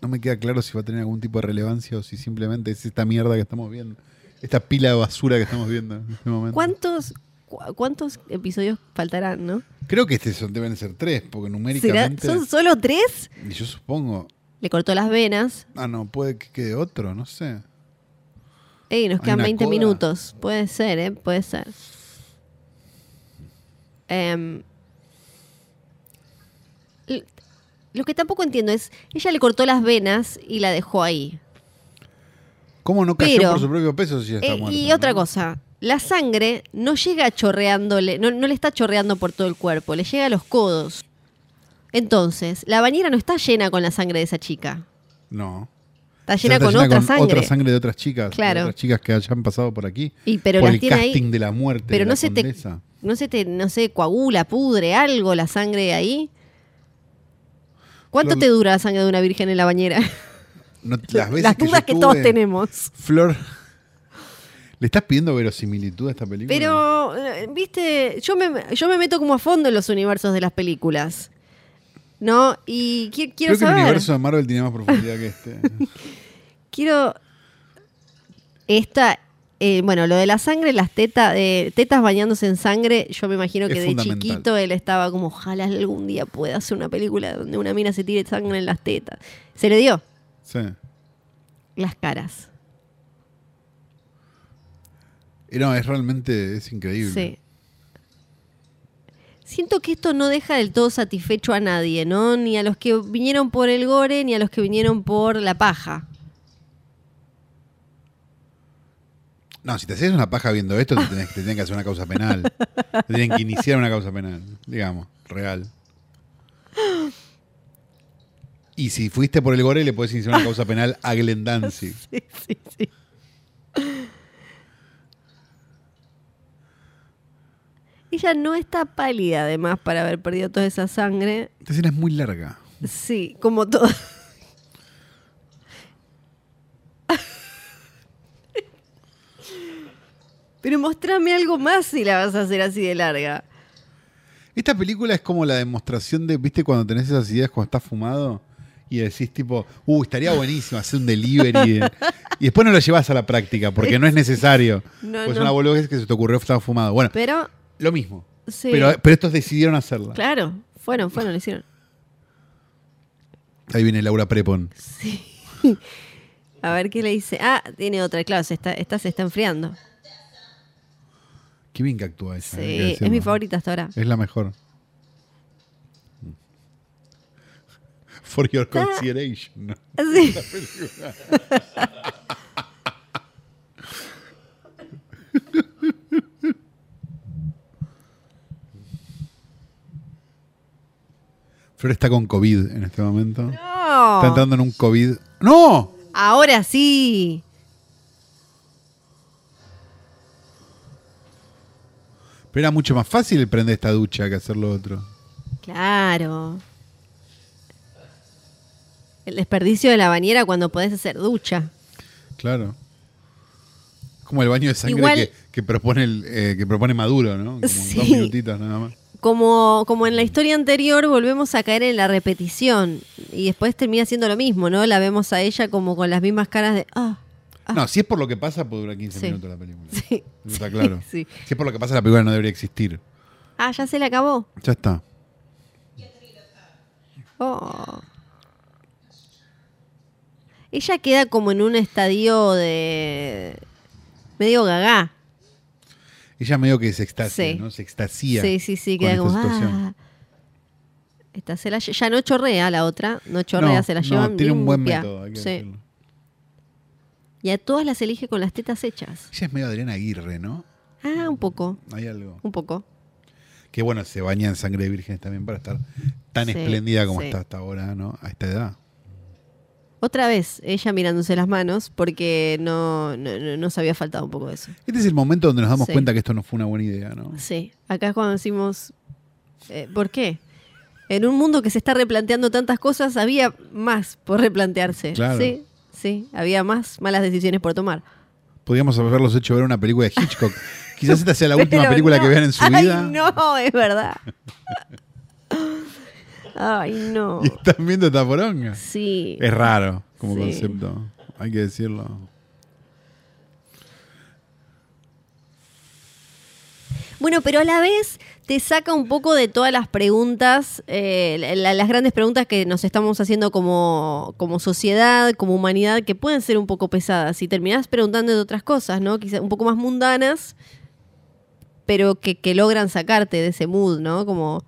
C: No me queda claro si va a tener algún tipo de relevancia o si simplemente es esta mierda que estamos viendo. Esta pila de basura que estamos viendo en este momento.
B: ¿Cuántos, cu- cuántos episodios faltarán, no?
C: Creo que este son, deben ser tres, porque
B: ¿Será-
C: numéricamente.
B: ¿Son solo tres?
C: Y yo supongo.
B: Le cortó las venas.
C: Ah, no, puede que quede otro, no sé.
B: Ey, nos
C: Hay
B: quedan
C: una
B: 20
C: coda.
B: minutos. Puede ser, ¿eh? Puede ser. Em, l- lo que tampoco entiendo es, ella le cortó las venas y la dejó ahí.
C: ¿Cómo no cayó
B: Pero-
C: por su propio peso si ya está
B: Eh,
C: muerto?
B: y otra
C: no?
B: cosa, la sangre no llega chorreándole, no, no le está chorreando por todo el cuerpo, le llega a los codos. Entonces, la bañera no está llena con la sangre de esa chica.
C: No.
B: Está llena
C: Está
B: con
C: llena
B: otra sangre.
C: otra sangre de otras chicas. de
B: Claro.
C: otras chicas que hayan pasado por aquí.
B: Y pero
C: por
B: las
C: el
B: tiene ahí.
C: casting de la muerte.
B: Pero
C: de
B: no
C: la
B: se te-
C: condesa.
B: No se te, no sé, coagula, pudre, algo la sangre ahí. ¿Cuánto
C: Flor-
B: te dura la sangre de una virgen en la bañera?
C: No- las veces
B: Las
C: yo
B: dudas que, todos
C: tuve-
B: tenemos.
C: Flor, ¿le estás pidiendo verosimilitud a esta película?
B: Pero, eh, viste, yo me, yo me meto como a fondo en los universos de las películas. ¿No? Y qui- quiero
C: Creo que el
B: saber.
C: universo de Marvel tiene más profundidad que este.
B: Quiero. Esta. eh, bueno, lo de la sangre, las tetas, eh, tetas bañándose en sangre, yo me imagino
C: Es
B: que de
C: fundamental.
B: chiquito él estaba como, ojalá algún día pueda hacer una película donde una mina se tire sangre en las tetas. Se le dio
C: Sí.
B: las caras.
C: Y no, es realmente es increíble.
B: Sí. Siento que esto no deja del todo satisfecho a nadie, ¿no? Ni a los que vinieron por el gore, ni a los que vinieron por la paja.
C: No, si te haces una paja viendo esto, te, tenés- te tienen que hacer una causa penal. Te tienen que iniciar una causa penal, digamos, real. Y si fuiste por el gore, le podés iniciar una causa penal a Glenn Danzig.
B: Sí, sí, sí. Ella no está pálida, además, para haber perdido toda esa sangre.
C: Esta escena es muy larga.
B: Sí, como todo. Pero mostrame algo más si la vas a hacer así de larga.
C: Esta película es como la demostración de, viste, cuando tenés esas ideas cuando estás fumado y decís tipo, uh, estaría buenísimo hacer un delivery. de-". Y después no lo llevas a la práctica porque no es necesario.
B: No,
C: pues
B: no.
C: una boludez que se te ocurrió estaba fumado. Bueno,
B: Pero,
C: lo mismo.
B: sí.
C: Pero, eh, pero estos decidieron hacerla.
B: claro, fueron, fueron, lo hicieron.
C: Ahí viene Laura Prepon.
B: A ver qué le dice. Ah, tiene otra, claro, se está, esta se está enfriando.
C: Qué bien que actúa ella. ¿eh? hay que
B: Sí, es
C: decirlo.
B: mi favorita hasta ahora.
C: Es la mejor. For your
B: Ah.
C: consideration. ¿no?
B: Sí.
C: Flor está con COVID en este momento.
B: No.
C: Está entrando en un COVID. ¡No!
B: Ahora sí.
C: Pero era mucho más fácil prender esta ducha que hacer lo otro.
B: Claro. El desperdicio de la bañera cuando podés hacer ducha.
C: Claro. Es Como el baño de sangre
B: Igual-
C: que, que propone el, eh, que propone Maduro, ¿no? Como dos
B: Sí.
C: minutitos nada más.
B: Como, como en la historia anterior, volvemos a caer en la repetición. Y después termina siendo lo mismo, ¿no? La vemos a ella como con las mismas caras de. Ah, ah.
C: No, si es por lo que pasa, puede durar 15
B: Sí.
C: minutos la película.
B: Sí,
C: Eso está claro.
B: sí.
C: Si es por lo que pasa, la película no debería existir.
B: Ah, ya se le acabó.
C: Ya está.
B: Oh. Ella queda como en un estadio de. medio gagá.
C: Ella medio que se extasia,
B: Sí.
C: ¿no? Se extasía.
B: Sí, sí, sí,
C: con
B: queda
C: esta
B: como.
C: situación.
B: "Ah". Esta se la lle- ya no chorrea la otra, no chorrea,
C: No,
B: se la
C: no,
B: llevan
C: tiene un buen
B: limpia.
C: método, hay que
B: Sí.
C: decirlo.
B: Y a todas las elige con las tetas hechas.
C: Ella es medio Adriana Aguirre, ¿no?
B: Ah, un poco,
C: Hay algo.
B: un poco.
C: Que bueno, se baña en sangre de vírgenes también para estar tan
B: Sí,
C: espléndida como
B: sí.
C: está hasta ahora, ¿no? A esta edad.
B: Otra vez, ella mirándose las manos porque no, no, no- nos había faltado un poco de eso.
C: Este es el momento donde nos damos
B: Sí.
C: cuenta que esto no fue una buena idea, ¿no?
B: Sí, acá es cuando decimos, eh, ¿por qué? En un mundo que se está replanteando tantas cosas, había más por replantearse.
C: Claro.
B: Sí, sí, había más malas decisiones por tomar.
C: Podríamos haberlos hecho ver una película de Hitchcock. Quizás esta sea la última
B: Pero
C: película
B: no.
C: que vean en su
B: Ay,
C: vida.
B: No, es verdad. Ay, no.
C: Y están viendo esta poronga.
B: Sí.
C: Es raro como
B: Sí.
C: concepto, hay que decirlo.
B: Bueno, pero a la vez te saca un poco de todas las preguntas, eh, la- las grandes preguntas que nos estamos haciendo como, como sociedad, como humanidad, que pueden ser un poco pesadas. Y terminás preguntando de otras cosas, ¿no? Quizás un poco más mundanas, pero que, que logran sacarte de ese mood, ¿no? Como,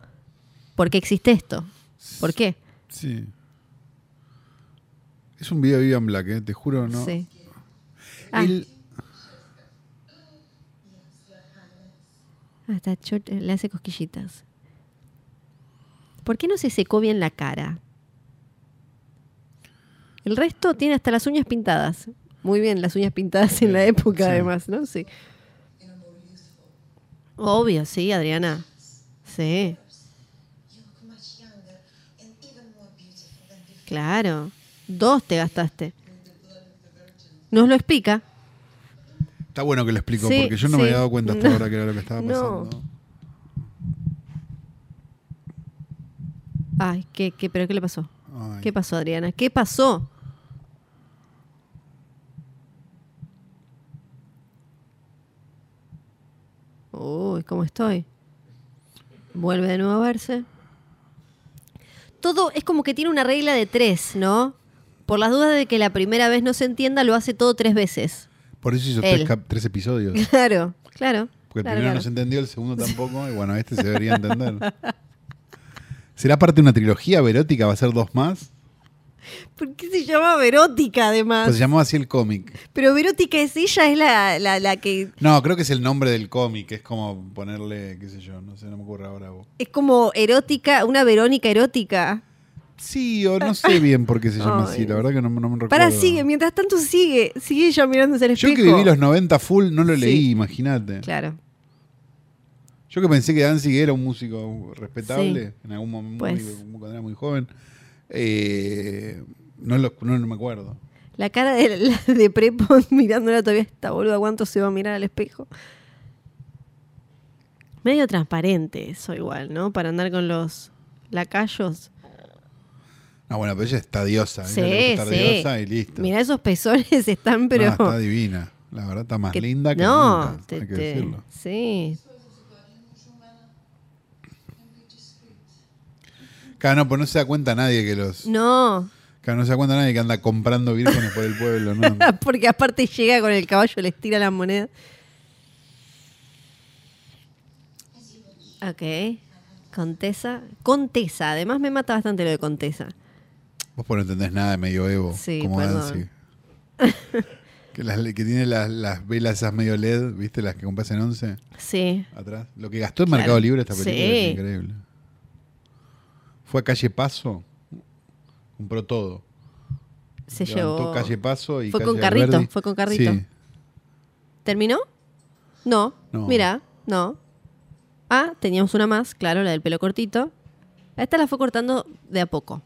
B: ¿por qué existe esto? ¿Por qué?
C: Sí. Es un video de Vivian Black, ¿eh? te juro, ¿no?
B: Sí. Ah.
C: Él-
B: Ah, está chor- le hace cosquillitas. ¿Por qué no se secó bien la cara? El resto tiene hasta las uñas pintadas. Muy bien, las uñas pintadas en la época,
C: Sí.
B: además, ¿no? Sí. Obvio, sí, Adriana. Sí,
E: You look much younger and even more beautiful than before.
B: claro. Dos te gastaste. Nos lo explica.
C: Está bueno que lo explico,
B: Sí,
C: porque yo no me
B: sí.
C: había dado cuenta hasta
B: No.
C: ahora que era lo que estaba
B: No.
C: pasando.
B: Ay, ¿qué, qué, pero ¿qué le pasó?
C: Ay.
B: ¿Qué pasó, Adriana? ¿Qué pasó? Uy, ¿cómo estoy? Vuelve de nuevo a verse. Todo es como que tiene una regla de tres, ¿no? Por las dudas de que la primera vez no se entienda, lo hace todo tres veces.
C: Por eso hizo
B: Él.
C: tres, cap- tres episodios.
B: Claro, claro.
C: Porque el
B: claro,
C: primero
B: claro.
C: no se entendió, el segundo tampoco, y bueno, este se debería entender. ¿Será parte de una trilogía verótica? ¿Va a ser dos más?
B: ¿Por qué se llama Verótica, además?
C: Pues se llamó así el cómic.
B: Pero Verótica es ella, es la, la, la que...
C: No, creo que es el nombre del cómic, es como ponerle, qué sé yo, no sé, no me ocurre ahora. vos.
B: Es como erótica, una Verónica erótica.
C: Sí, o no sé bien por qué se llama
B: Ay.
C: así, la verdad que no, no me recuerdo.
B: Para, sigue, mientras tanto sigue, sigue ella mirándose al
C: Yo
B: espejo.
C: que viví los 90 full no lo
B: Sí.
C: leí, imagínate.
B: Claro,
C: Yo que pensé que Danzig era un músico respetable
B: Sí.
C: en algún momento,
B: Pues.
C: muy- cuando era muy joven. Eh, no, lo- no- no me acuerdo.
B: la cara de, la- de Prepo mirándola todavía está boluda, ¿cuánto se va a mirar al espejo? Medio transparente eso igual, ¿no? Para andar con los lacayos.
C: No, bueno, pero ella está diosa.
B: Sí,
C: ella le gusta estar
B: sí.
C: diosa y listo.
B: Mirá, esos pezones están, pero...
C: No, está divina. La verdad está más
B: que-
C: linda que
B: no,
C: nunca,
B: te-
C: hay que
B: te-
C: decirlo.
B: Sí,
C: Claro, no, pues no se da cuenta nadie que los...
B: no,
C: Claro, no se da cuenta nadie que anda comprando vírgenes por el pueblo, ¿no?
B: porque aparte llega con el caballo, les tira la moneda. Ok. Contesa. Contesa. Además me mata bastante lo de Contesa.
C: Vos pues no entendés nada de medioevo,
B: Sí,
C: como
B: perdón.
C: Danzig. Que, las- que tiene las, las velas esas medio LED, ¿viste? Las que compras en 11.
B: Sí.
C: atrás. Lo que gastó en
B: Claro.
C: Mercado Libre esta película
B: Sí.
C: es increíble. Fue a Calle Paso, compró todo.
B: Se
C: Levantó
B: llevó.
C: Calle Paso y
B: Fue
C: Calle
B: con carrito,
C: Alberdi.
B: fue con carrito.
C: Sí.
B: ¿Terminó? No.
C: No.
B: Mira, no. Ah, teníamos una más, claro, la del pelo cortito. A Esta la fue cortando de a poco.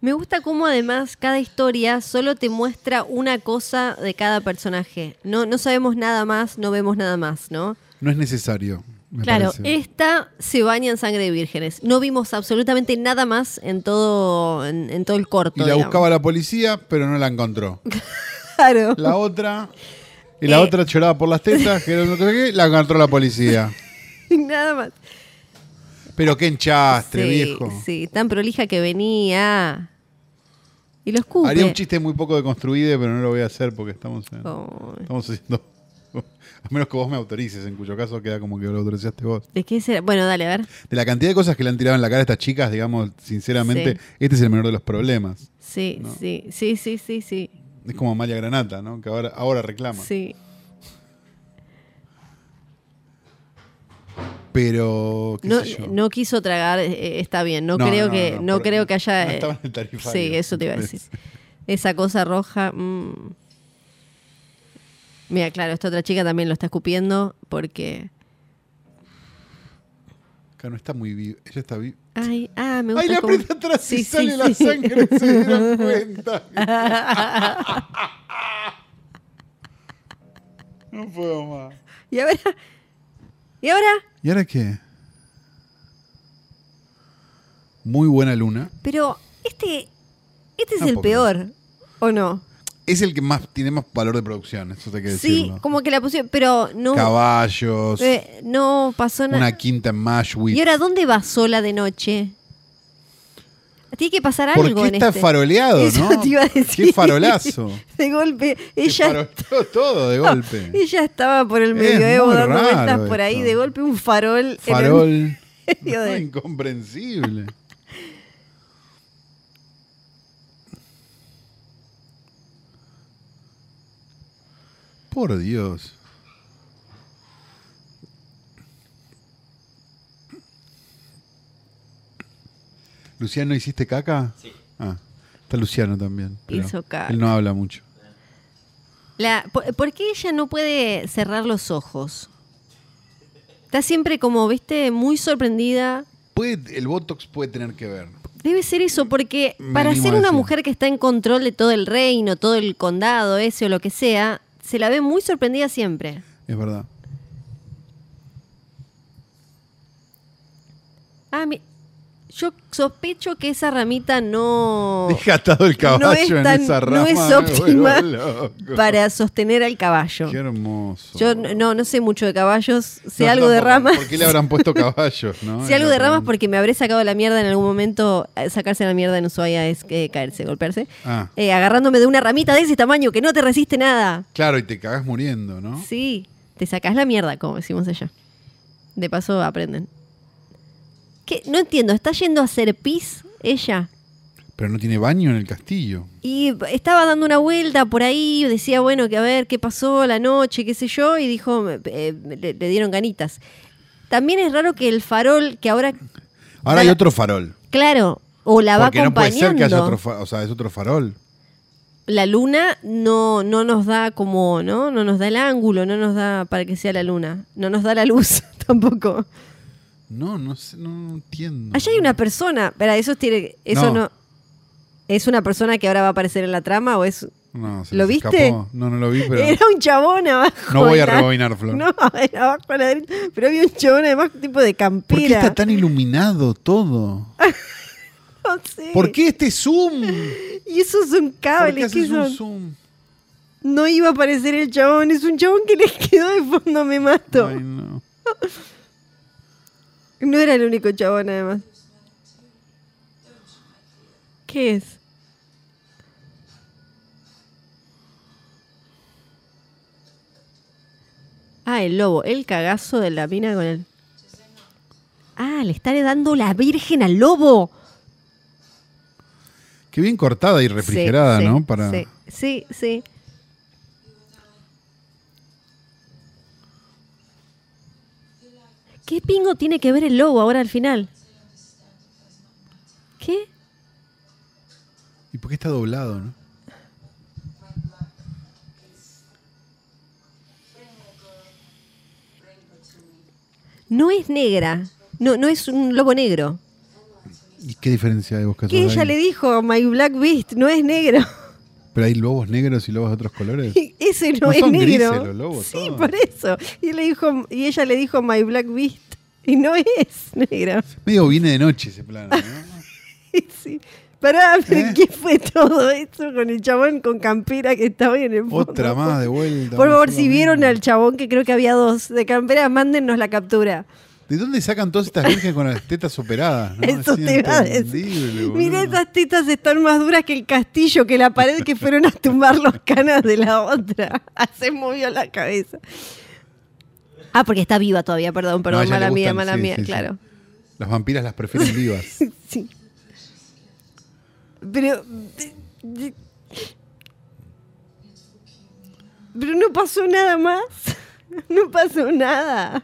B: Me gusta cómo además cada historia solo te muestra una cosa de cada personaje. No, no sabemos nada más, no vemos nada más, ¿no?
C: No es necesario. me
B: claro,
C: parece.
B: esta se baña en sangre de vírgenes. No vimos absolutamente nada más en todo, en, en todo el corto.
C: Y la
B: digamos.
C: buscaba la policía, pero no la encontró.
B: Claro.
C: La otra. Y la
B: Eh.
C: otra lloraba por las tetas, que era no sé qué, la encontró la policía.
B: nada más.
C: Pero qué enchastre,
B: sí,
C: viejo.
B: sí, tan prolija que venía. Y lo escupe.
C: Haría un chiste muy poco deconstruido, pero no lo voy a hacer porque estamos en-
B: Oh.
C: Estamos haciendo. A menos que vos me autorices, en cuyo caso queda como que lo autorizaste vos.
B: ¿De qué será? Bueno, dale, a ver.
C: De la cantidad de cosas que le han tirado en la cara a estas chicas, digamos, sinceramente,
B: Sí.
C: este es el menor de los problemas.
B: Sí,
C: No.
B: sí, sí, sí, sí, sí.
C: Es como Amalia Granata, ¿no? Que ahora, ahora reclama.
B: Sí.
C: Pero, qué
B: No,
C: sé yo.
B: no quiso tragar, eh, está bien. No,
C: No,
B: creo
C: no,
B: que
C: no,
B: no,
C: por-
B: creo que haya.
C: no estaba
B: eh,
C: en el tarifario.
B: sí, eso te iba a decir. Esa cosa roja. mm. Mira, claro, esta otra chica también lo está escupiendo porque.
C: Acá no está muy viva. Ella está viva.
B: Ay, ah, me gusta.
C: ¡Ay, la
B: cómo-
C: aprieta atrás y
B: Sí, sí,
C: sale la
B: sí.
C: sangre! ¡Se dieron cuenta! no puedo más.
B: Y ahora. Y ahora.
C: ¿Y ahora qué? Muy buena luna.
B: Pero este. Este es
C: Ah,
B: el
C: porque-
B: peor. ¿O no?
C: Es el que más tiene más valor de producción, eso te hay que
B: Sí,
C: decirlo.
B: como que la pusieron. Pero no.
C: Caballos,
B: eh, no pasó nada.
C: una quinta en Mashwitz.
B: ¿Y ahora dónde va sola de noche? Tiene que pasar algo
C: ¿Por qué
B: en
C: está
B: este.
C: faroleado,
B: Eso
C: no?
B: te iba a decir.
C: Qué farolazo.
B: De golpe,
C: Se
B: ella,
C: faroleó todo de golpe.
B: ella estaba por el
C: Es
B: medioevo
C: muy
B: dando
C: raro
B: vueltas por ahí,
C: esto.
B: de golpe un farol. en el-
C: Farol.
B: medio de-
C: No, incomprensible. Por Dios. Luciano, ¿hiciste caca? Sí. Ah, está Luciano también. pero
B: Hizo caca.
C: Él no habla mucho.
B: La- ¿por, por qué ella no puede cerrar los ojos? Está siempre como, viste, muy sorprendida.
C: Puede, el Botox puede tener que ver.
B: Debe ser eso, porque
C: Me
B: para
C: animo
B: ser
C: a
B: una
C: decir.
B: mujer que está en control de todo el reino, todo el condado, ese o lo que sea, se la ve muy sorprendida siempre.
C: Es verdad.
B: Ah, mi- yo sospecho que esa ramita no
C: Deja atado el caballo
B: es
C: en
B: tan-
C: esa
B: Oh. no
C: rama.
B: es
C: me
B: óptima
C: vuelvo loco.
B: para sostener al caballo.
C: Qué hermoso.
B: Yo n- no, no sé mucho de caballos, sé
C: No,
B: algo de
C: tampoco.
B: ramas.
C: ¿Por qué le habrán puesto caballos? No?
B: sé algo de ramas
C: porque
B: porque me habré sacado la mierda en algún momento. Eh, Sacarse la mierda en Ushuaia es eh, caerse, golpearse.
C: Ah,
B: Eh, agarrándome de una ramita de ese tamaño que no te resiste nada.
C: claro, y te cagás muriendo, ¿no?
B: Sí, te sacás la mierda, como decimos allá. De paso aprenden. ¿Qué? No entiendo, ¿está yendo a hacer pis ella?
C: Pero no tiene baño en el castillo.
B: Y estaba dando una vuelta por ahí, decía, bueno, que a ver qué pasó la noche, qué sé yo, y dijo, me- eh, me- le, le dieron ganitas. También es raro que el farol, que ahora,
C: Ahora hay
B: Dale.
C: otro farol.
B: claro, o la va
C: porque no puede ser
B: acompañando,
C: que haya otro farol. O sea, es otro farol.
B: la luna no, no nos da como, ¿no? No nos da el ángulo, no nos da para que sea la luna, no nos da la luz tampoco.
C: No, no sé, no, no entiendo.
B: Allá hay una persona, espera, eso tiene, eso no.
C: No.
B: ¿Es una persona que ahora va a aparecer en la trama o es...?
C: No, se
B: ¿Lo
C: nos
B: viste?
C: escapó. No, no lo vi, pero.
B: Era un chabón abajo.
C: No voy a
B: en la-
C: rebobinar, Flor.
B: No, era abajo a la derecha. Pero había un chabón además tipo de
C: ¿Por qué
B: campera.
C: está tan iluminado todo?
B: No sé.
C: ¿Por qué este zoom?
B: Y eso es un
C: ¿Por
B: cable.
C: qué
B: ¿qué
C: haces un
B: son?
C: zoom?
B: No iba a aparecer el chabón. Es un chabón que les quedó de fondo, me mato.
C: Ay, no.
B: No era el único chabón además. ¿Qué es? Ah, el lobo, el cagazo de la mina con el... Ah, le está dando la virgen al lobo.
C: Qué bien cortada y refrigerada,
B: Sí, sí,
C: ¿no? Para...
B: Sí, sí, sí. ¿Qué pingo tiene que ver el lobo ahora al final? ¿Qué?
C: ¿Y por qué está doblado, no?
B: No es negra. No, no es un lobo negro.
C: ¿Y qué diferencia hay vos que sos
B: Que
C: de
B: ella
C: ahí?
B: le dijo, My Black Beast no es negro.
C: Pero hay lobos negros y lobos de otros colores.
B: Ese no,
C: No
B: es
C: Pues son
B: negro.
C: grises los lobos,
B: sí,
C: todos.
B: por eso. Y, le dijo, y ella le dijo My Black Beast y no es negro.
C: Medio viene de noche ese plano, ¿no?
B: Sí. Pará, pero
C: ¿Eh?
B: ¿qué fue todo eso con el chabón con campera que estaba ahí en el fondo?
C: Otra más de vuelta.
B: Por
C: vamos a
B: favor,
C: hacer
B: si
C: lo
B: vieron
C: mismo.
B: al chabón, que creo que había dos de campera, mándennos la captura.
C: ¿De dónde sacan todas estas virgen con las tetas operadas? No?
B: Eso
C: Es
B: te iba a
C: inentendible,
B: decir.
C: boludo.
B: Mirá, esas tetas están más duras que el castillo, que la pared que fueron a tumbar los canas de la otra. Ah, Se movió la cabeza. Ah, porque está viva todavía, perdón,
C: No, a
B: perdón,
C: ella le
B: mala mía,
C: gustan,
B: mala
C: sí,
B: mía,
C: sí, sí.
B: claro.
C: Las vampiras las prefieren vivas.
B: Sí. Pero. de- de- Pero no pasó nada más. No pasó nada.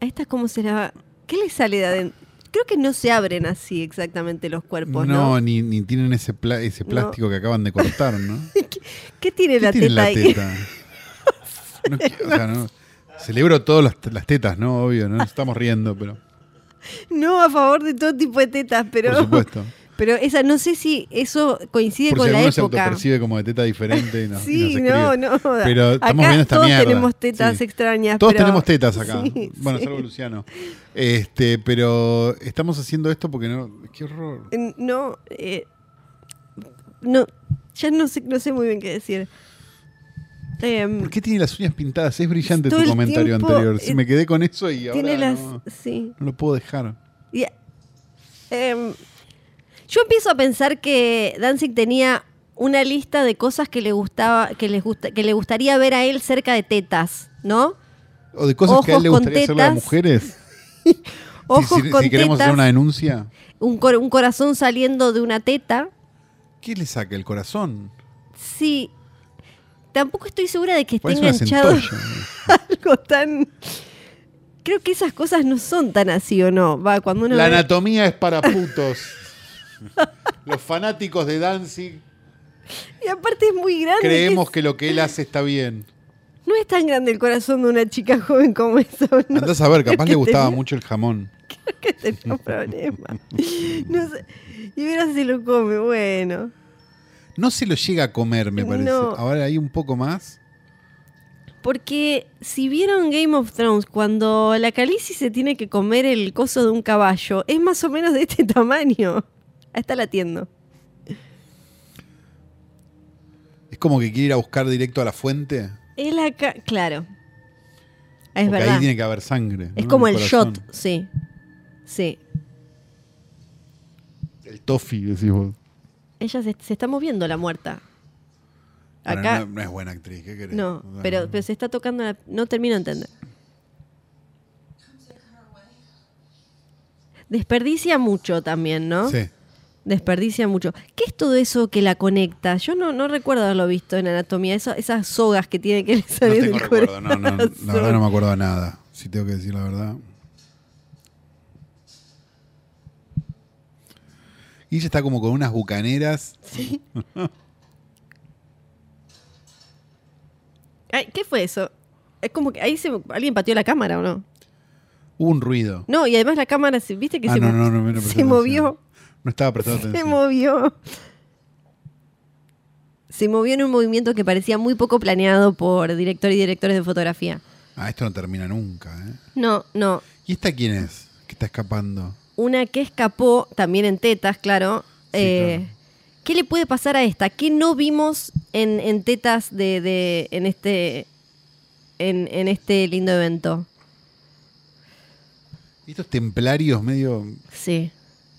B: A esta cómo se la va. ¿Qué le sale de adentro? Creo que no se abren así exactamente los cuerpos, Pues ¿no?
C: No, ni, ni tienen ese, pla- ese
B: No.
C: plástico que acaban de cortar, ¿no?
B: ¿Qué tiene
C: ¿Qué
B: la
C: tiene
B: teta
C: la
B: ahí?
C: teta? No es que- o sea, no- Celebro todas las, las tetas, ¿no? Obvio, no nos estamos riendo, pero.
B: No, a favor de todo tipo de tetas, pero.
C: Por supuesto.
B: Pero esa, no sé si eso coincide
C: Por
B: con
C: si
B: la
C: alguno se
B: época.
C: autopercibe como de teta diferente. y nos- y
B: sí,
C: nos
B: no,
C: escribe.
B: no.
C: Pero estamos
B: acá
C: viendo esta
B: todos
C: mierda.
B: tenemos tetas
C: Sí.
B: extrañas.
C: Todos
B: pero-
C: tenemos tetas acá.
B: Sí,
C: bueno,
B: sí.
C: salvo Luciano. Este, pero estamos haciendo esto porque no. Qué horror.
B: No, eh, no, ya no sé, no sé muy bien qué decir. Em,
C: ¿Por qué tiene las uñas pintadas? Es brillante
B: Todo
C: tu
B: el
C: comentario
B: tiempo,
C: anterior. Si
B: eh,
C: me quedé con eso y ahora
B: tiene las.
C: no,
B: Sí.
C: no lo puedo dejar.
B: Y, em, yo empiezo a pensar que Danzig tenía una lista de cosas que le gustaba, que les gusta, que le gustaría ver a él cerca de tetas, ¿no?
C: O de cosas que a él le
B: Ojos con
C: gustaría hacerle a las
B: tetas.
C: mujeres.
B: Ojos
C: si, si-
B: con
C: si queremos
B: tetas,
C: hacer una denuncia,
B: un, cor- un corazón saliendo de una teta.
C: ¿qué le saca el corazón?
B: Sí. Tampoco estoy segura de que esté
C: Parece una
B: enganchado
C: centolla.
B: algo tan. Creo que esas cosas no son tan así, ¿o no? Va, cuando uno
C: La
B: ve-
C: anatomía es para putos. Los fanáticos de Danzig
B: Y aparte es muy grande. que
C: creemos
B: Ah, es-
C: que lo que él hace está bien.
B: No es tan grande el corazón de una chica joven como esa. ¿o no?
C: Andás a ver, capaz
B: que
C: le gustaba
B: tenía-
C: mucho el jamón.
B: que tenía un problema. No sé. Y verás si lo come, bueno.
C: No se lo llega a comer, me parece.
B: No.
C: Ahora hay un poco más.
B: Porque si vieron Game of Thrones, cuando la Calici se tiene que comer el coso de un caballo, es más o menos de este tamaño. Ahí está latiendo.
C: Es como que quiere ir a buscar directo a la fuente.
B: Es la ca- claro. Es
C: porque
B: verdad.
C: ahí tiene que haber sangre.
B: es
C: ¿no?
B: como
C: En
B: el
C: corazón.
B: shot, sí. Sí.
C: El toffee, decís vos.
B: Ella se, se está moviendo la muerta.
C: Bueno,
B: Acá.
C: no, no es buena actriz, ¿qué querés?
B: No,
C: O sea,
B: pero, pero se está tocando la- No termino de entender. Desperdicia mucho también, ¿no?
C: Sí.
B: Desperdicia mucho. ¿Qué es todo eso que la conecta? Yo no, no recuerdo haberlo visto en anatomía. eso- esas sogas que tiene que le
C: No
B: salir
C: tengo
B: del
C: recuerdo, no, no,
B: corazón.
C: la verdad no me acuerdo de nada, si tengo que decir la verdad. Y ella está como con unas bucaneras.
B: Ay, ¿Qué fue eso? Es como que ahí se, alguien pateó la cámara, ¿o no?
C: Hubo un ruido.
B: No, y además la cámara, se- ¿viste que
C: Ah,
B: se,
C: no,
B: mo-
C: no, no, no, no presté
B: se movió?
C: atención. No estaba prestando
B: Se
C: atención.
B: movió. Se movió en un movimiento que parecía muy poco planeado por director y directores de fotografía.
C: Ah, esto no termina nunca. ¿eh?
B: No, no.
C: ¿Y esta quién es? Que está escapando.
B: Una que escapó, también en tetas, claro. Eh,
C: claro.
B: ¿Qué le puede pasar a esta? ¿Qué no vimos en, en tetas de, de- en este en, en este lindo evento?
C: Estos templarios medio.
B: Sí.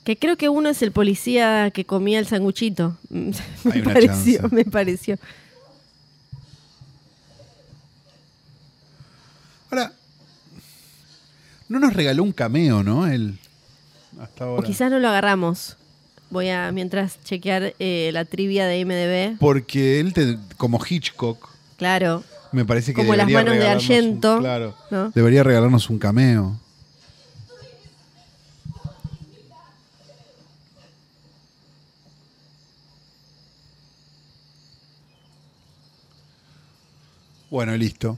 B: Que creo que uno es el policía que comía el sanguchito. me
C: Hay una
B: pareció,
C: chance.
B: me pareció.
C: Ahora. No nos regaló un cameo, ¿no? Él. Hasta
B: O
C: ahora.
B: quizás no lo agarramos. Voy a, mientras, chequear eh, la trivia de MDB.
C: Porque él, te- como Hitchcock,
B: Claro.
C: me parece que
B: Como las
C: debería
B: manos de
C: regalarnos
B: Argento,
C: un- claro.
B: ¿no?
C: Debería regalarnos un cameo. Bueno, listo.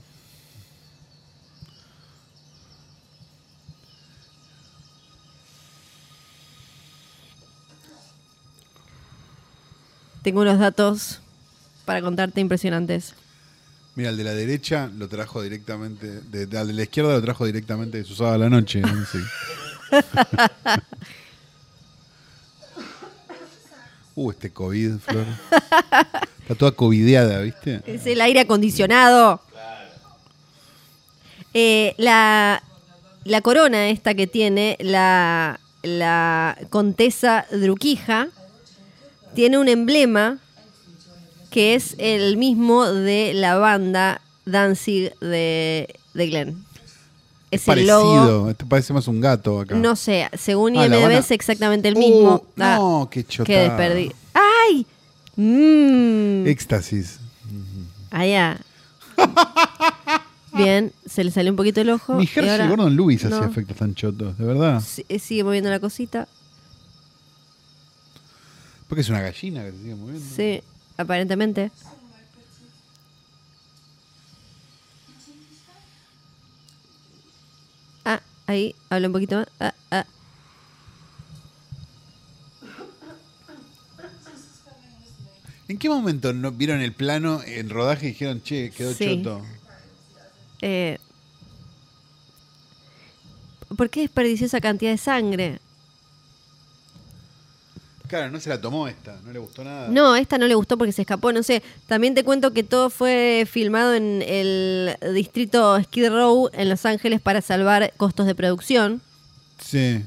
B: Tengo unos datos para contarte impresionantes.
C: Mira, el de la derecha lo trajo directamente. De, de- al de la izquierda lo trajo directamente de su sábado a la noche. ¿no? Sí. uh, este COVID, Flor. Está toda covideada, ¿viste?
B: Es el aire acondicionado. Eh, la, la corona esta que tiene la, la contesa Druquija tiene un emblema que es el mismo de la banda Danzig de, de Glenn. Es el logo.
C: Parecido. Este parece más un gato acá.
B: No sé, según
C: Ah, la
B: IMDb
C: Habana.
B: es exactamente el mismo.
C: Uh,
B: Ah,
C: no, qué chotada.
B: qué desperdicio. ¡Ay! Mm.
C: Éxtasis.
B: Allá. Ah, Bien, se le salió un poquito el ojo.
C: Ni
B: Oh, y
C: Hershey
B: ahora-
C: Gordon Lewis hacía
B: no.
C: efectos tan chotos, de verdad.
B: Si- eh, Sigue moviendo la cosita.
C: Porque es una gallina que se sigue moviendo.
B: Sí, aparentemente. Ah, ahí, habla un poquito más. Ah, ah.
C: ¿En qué momento no, vieron el plano en rodaje y dijeron, che, quedó
B: Sí.
C: choto?
B: Eh, ¿Por qué desperdició esa cantidad de sangre?
C: Claro, no se la tomó esta, no le gustó nada.
B: No, esta no le gustó porque se escapó, no sé. También te cuento que todo fue filmado en el distrito Skid Row en Los Ángeles para salvar costos de producción.
C: Sí.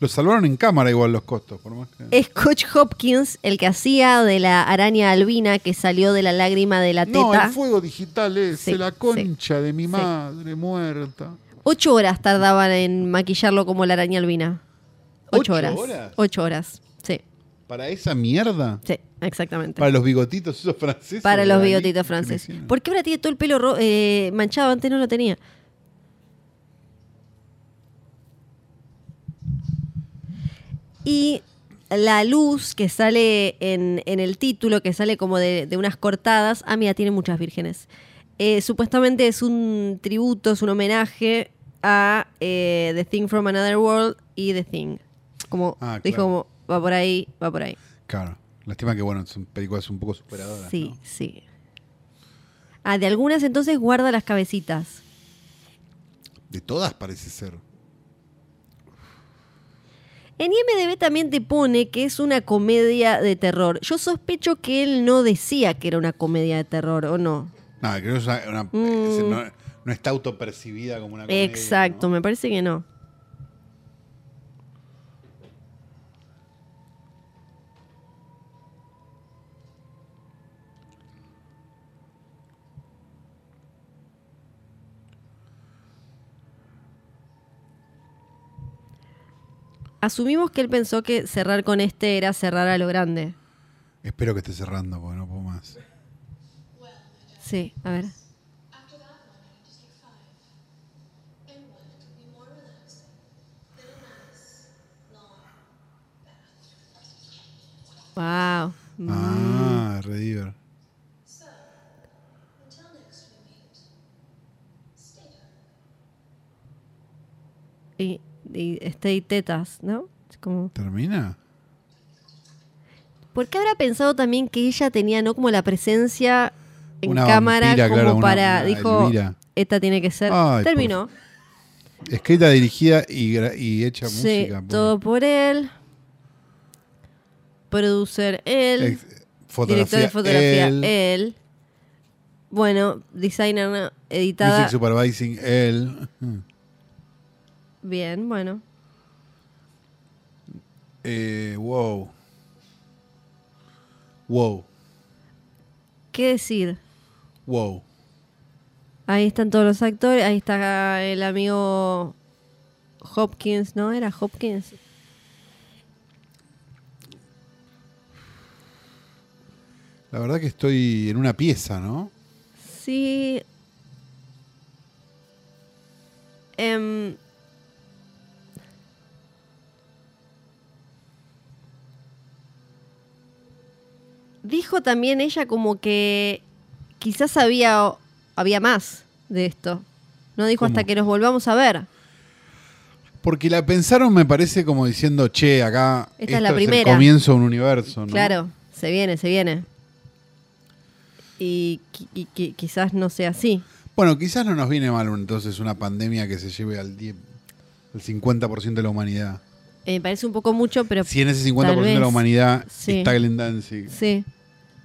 C: Lo salvaron en cámara igual los costos, por más que.
B: Es Coach Hopkins el que hacía de la araña albina que salió de la lágrima de la
F: No,
B: teta.
F: el fuego digital es
B: Sí,
F: la
B: sí.
F: concha de mi madre muerta.
B: Ocho horas tardaban en maquillarlo como la araña albina. Ocho,
C: ¿Ocho
B: horas.
C: horas?
B: Ocho horas. Sí,
C: Para esa mierda.
B: sí, exactamente.
C: Para los bigotitos esos franceses.
B: Para los
C: guaraní,
B: bigotitos
C: que
B: franceses.
C: crecieron.
B: ¿Por qué ahora tiene todo el pelo ro- eh, manchado? Antes no lo tenía. Y la luz que sale en, en el título, que sale como de, de unas cortadas. Ah, mira, tiene muchas vírgenes. Eh, supuestamente es un tributo, es un homenaje a eh, The Thing from Another World y The Thing. Como
C: Ah, claro.
B: dijo, como, va por ahí, va por ahí.
C: Claro. Lástima que, bueno, son películas un poco superadoras.
B: Sí,
C: ¿no?
B: sí. Ah, de algunas entonces guarda las cabecitas.
C: De todas parece ser.
B: En IMDB también te pone que es una comedia de terror. Yo sospecho que él no decía que era una comedia de terror, ¿o no?
C: No, creo que es una- una-
B: Mm.
C: es- no, no está autopercibida como una comedia,
B: Exacto,
C: ¿no?
B: me parece que no. Asumimos que él pensó que cerrar con este era cerrar a lo grande.
C: Espero que esté cerrando porque no puedo más.
B: Sí, a ver.
E: After that one, I had to take five. And one that could be more relaxing than a nice, long bath.
B: Wow.
C: Ah, Rediver.
E: So, until next we meet, stay dark.
B: Y, y este y tetas, ¿no? Es como.
C: ¿Termina?
B: ¿Por qué habrá pensado también que ella tenía no como la presencia en
C: Una
B: cámara
C: vampira,
B: como
C: claro, una-
B: para
C: una
B: dijo
C: Elvira.
B: esta tiene que ser
C: Ay, por
B: terminó
C: Escrita, dirigida y, gra- y hecha
B: sí
C: música. por-
B: todo por él producer él
C: Ex-
B: director de fotografía eh, él,
C: él,
B: bueno designer no, editada
C: Music Supervising, él.
B: bien bueno
C: Eh, wow. Wow.
B: qué decir
C: Wow.
B: ahí están todos los actores ahí está el amigo Hopkins no era Hopkins
C: La verdad que estoy en una pieza, ¿no?
B: Sí. Em, dijo también ella como que quizás había, o- había más de esto. No dijo hasta
C: ¿Cómo?
B: que nos volvamos a ver.
C: Porque la pensaron, me parece, como diciendo, che, acá
B: Esta es
C: esto
B: la
C: el
B: primera.
C: comienzo de un universo, ¿no?
B: Claro, se viene, se viene. Y, qui- y qui- quizás no sea así.
C: Bueno, quizás no nos viene mal entonces una pandemia que se lleve al 10, al 50% de la humanidad.
B: Eh, Me parece un poco mucho, pero
C: Si en ese 50% de
B: Tal
C: la
B: vez.
C: humanidad
B: Sí.
C: está Glenn Danzig.
B: Sí,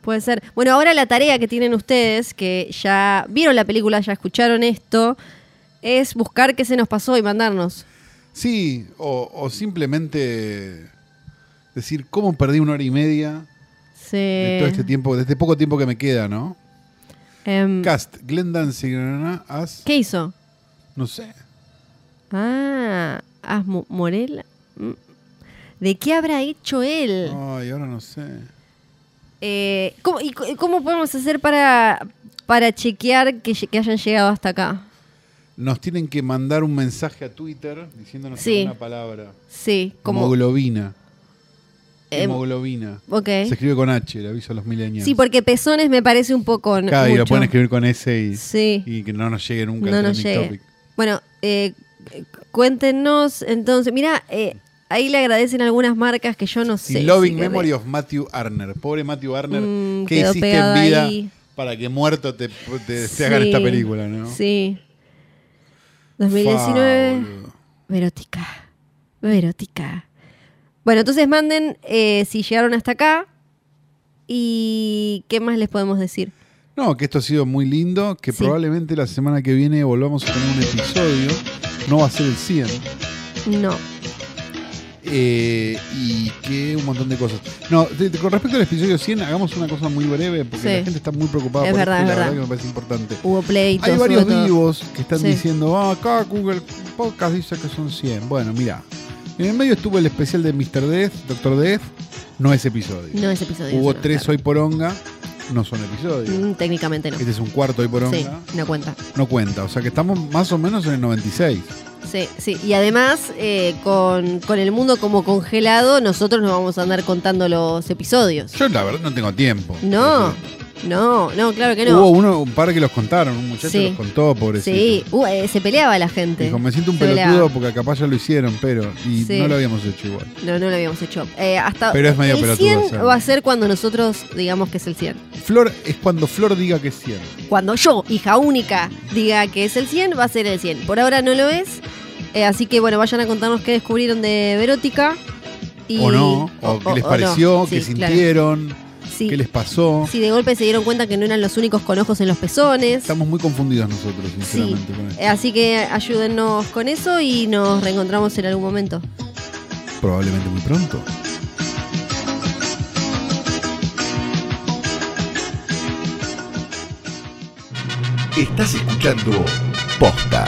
B: puede ser. Bueno, ahora la tarea que tienen ustedes, que ya vieron la película, ya escucharon esto, es buscar qué se nos pasó y mandarnos.
C: Sí, o, o simplemente decir, ¿cómo perdí una hora y media
B: Sí.
C: de todo este tiempo, de este poco tiempo que me queda, ¿no?
B: Em,
C: Cast, Glenn Danzig, na, na, na, as,
B: ¿Qué hizo?
C: no sé.
B: Ah, Asmo Morel. Mm. ¿De qué habrá hecho él?
C: Ay, ahora no sé.
B: Eh, ¿cómo, y c- cómo podemos hacer para, para chequear que, lle- que hayan llegado hasta acá?
C: Nos tienen que mandar un mensaje a Twitter diciéndonos
B: Sí.
C: una palabra.
B: Sí, como...
C: Hemoglobina.
B: em,
C: Hemoglobina.
B: ok.
C: Se escribe con H, le aviso a los millennials.
B: ¿eh? Sí, porque pezones me parece un poco... n-
C: Cada día lo
B: mucho.
C: pueden escribir con S y,
B: Sí.
C: y que no nos llegue nunca
B: No
C: el
B: nos
C: trending
B: llegue.
C: topic.
B: Bueno, eh, cuéntenos entonces. Mira, eh, ahí le agradecen algunas marcas que yo no sé.
C: Y Loving
B: si querés.
C: Memory of Matthew Arner. Pobre Matthew Arner,
B: Mm,
C: ¿qué
B: quedó
C: hiciste en
B: pegado
C: vida
B: ahí.
C: para que muerto te, te- te
B: Sí,
C: hagan esta película, no?
B: Sí.
C: Fa,
B: 2019.
C: boludo.
B: Verótica. Verótica. Bueno, entonces manden eh, si llegaron hasta acá y qué más les podemos decir.
C: No, que esto ha sido muy lindo, que
B: Sí.
C: probablemente la semana que viene volvamos a tener un episodio, no va a ser el 100,
B: No.
C: eh, y que un montón de cosas. No, de- de- con respecto al episodio 100, hagamos una cosa muy breve, porque
B: Sí.
C: la gente está muy preocupada
B: Es
C: por
B: verdad,
C: esto,
B: es
C: y la verdad
B: verdad.
C: que me parece importante.
B: Hubo pleitos.
C: Hay varios
B: hubo todo.
C: vivos que están
B: Sí.
C: diciendo, ah, acá Google Podcast dice que son 100. Bueno, mira, en el medio estuvo el especial de Mr. Death, Doctor Death, no es episodio.
B: No ese episodio.
C: Hubo
B: ese no,
C: tres
B: claro.
C: hoy por onga, no son episodios.
B: Mm, técnicamente no.
C: Este es un cuarto hoy por onga,
B: Sí, no cuenta.
C: no cuenta. O sea que estamos más o menos en el 96.
B: Sí, sí. Y además, eh, con, con el mundo como congelado, nosotros nos vamos a andar contando los episodios.
C: Yo la verdad no tengo tiempo.
B: No, no, no, claro que no.
C: Hubo uno, un par que los contaron, un muchacho
B: Sí.
C: los contó, pobrecito.
B: sí, Uh, eh, se peleaba la gente.
C: Dijo, me siento un
B: Se peleaba.
C: pelotudo porque capaz ya lo hicieron, pero. Y
B: Sí.
C: no lo habíamos hecho igual.
B: No, no lo habíamos hecho. Eh, hasta
C: Pero es medio
B: el
C: pelotudo
B: 100
C: hacerlo.
B: va a ser cuando nosotros digamos que es el 100.
C: Flor es cuando Flor diga que es 100.
B: Cuando yo, hija única, diga que es el 100, va a ser el 100. Por ahora no lo es. eh, así que bueno, vayan a contarnos qué descubrieron de Verótica. Y,
C: O no, o, qué les
B: no.
C: pareció, qué
B: Sí, claro.
C: sintieron,
B: Sí.
C: qué les pasó.
B: Si de golpe se dieron cuenta que no eran los únicos con ojos en los pezones.
C: Estamos muy confundidos nosotros, sinceramente. con esto.
B: Eh, Así que ayúdennos con eso y nos reencontramos en algún momento. Eh.
C: Probablemente muy pronto.
A: Estás escuchando Posta.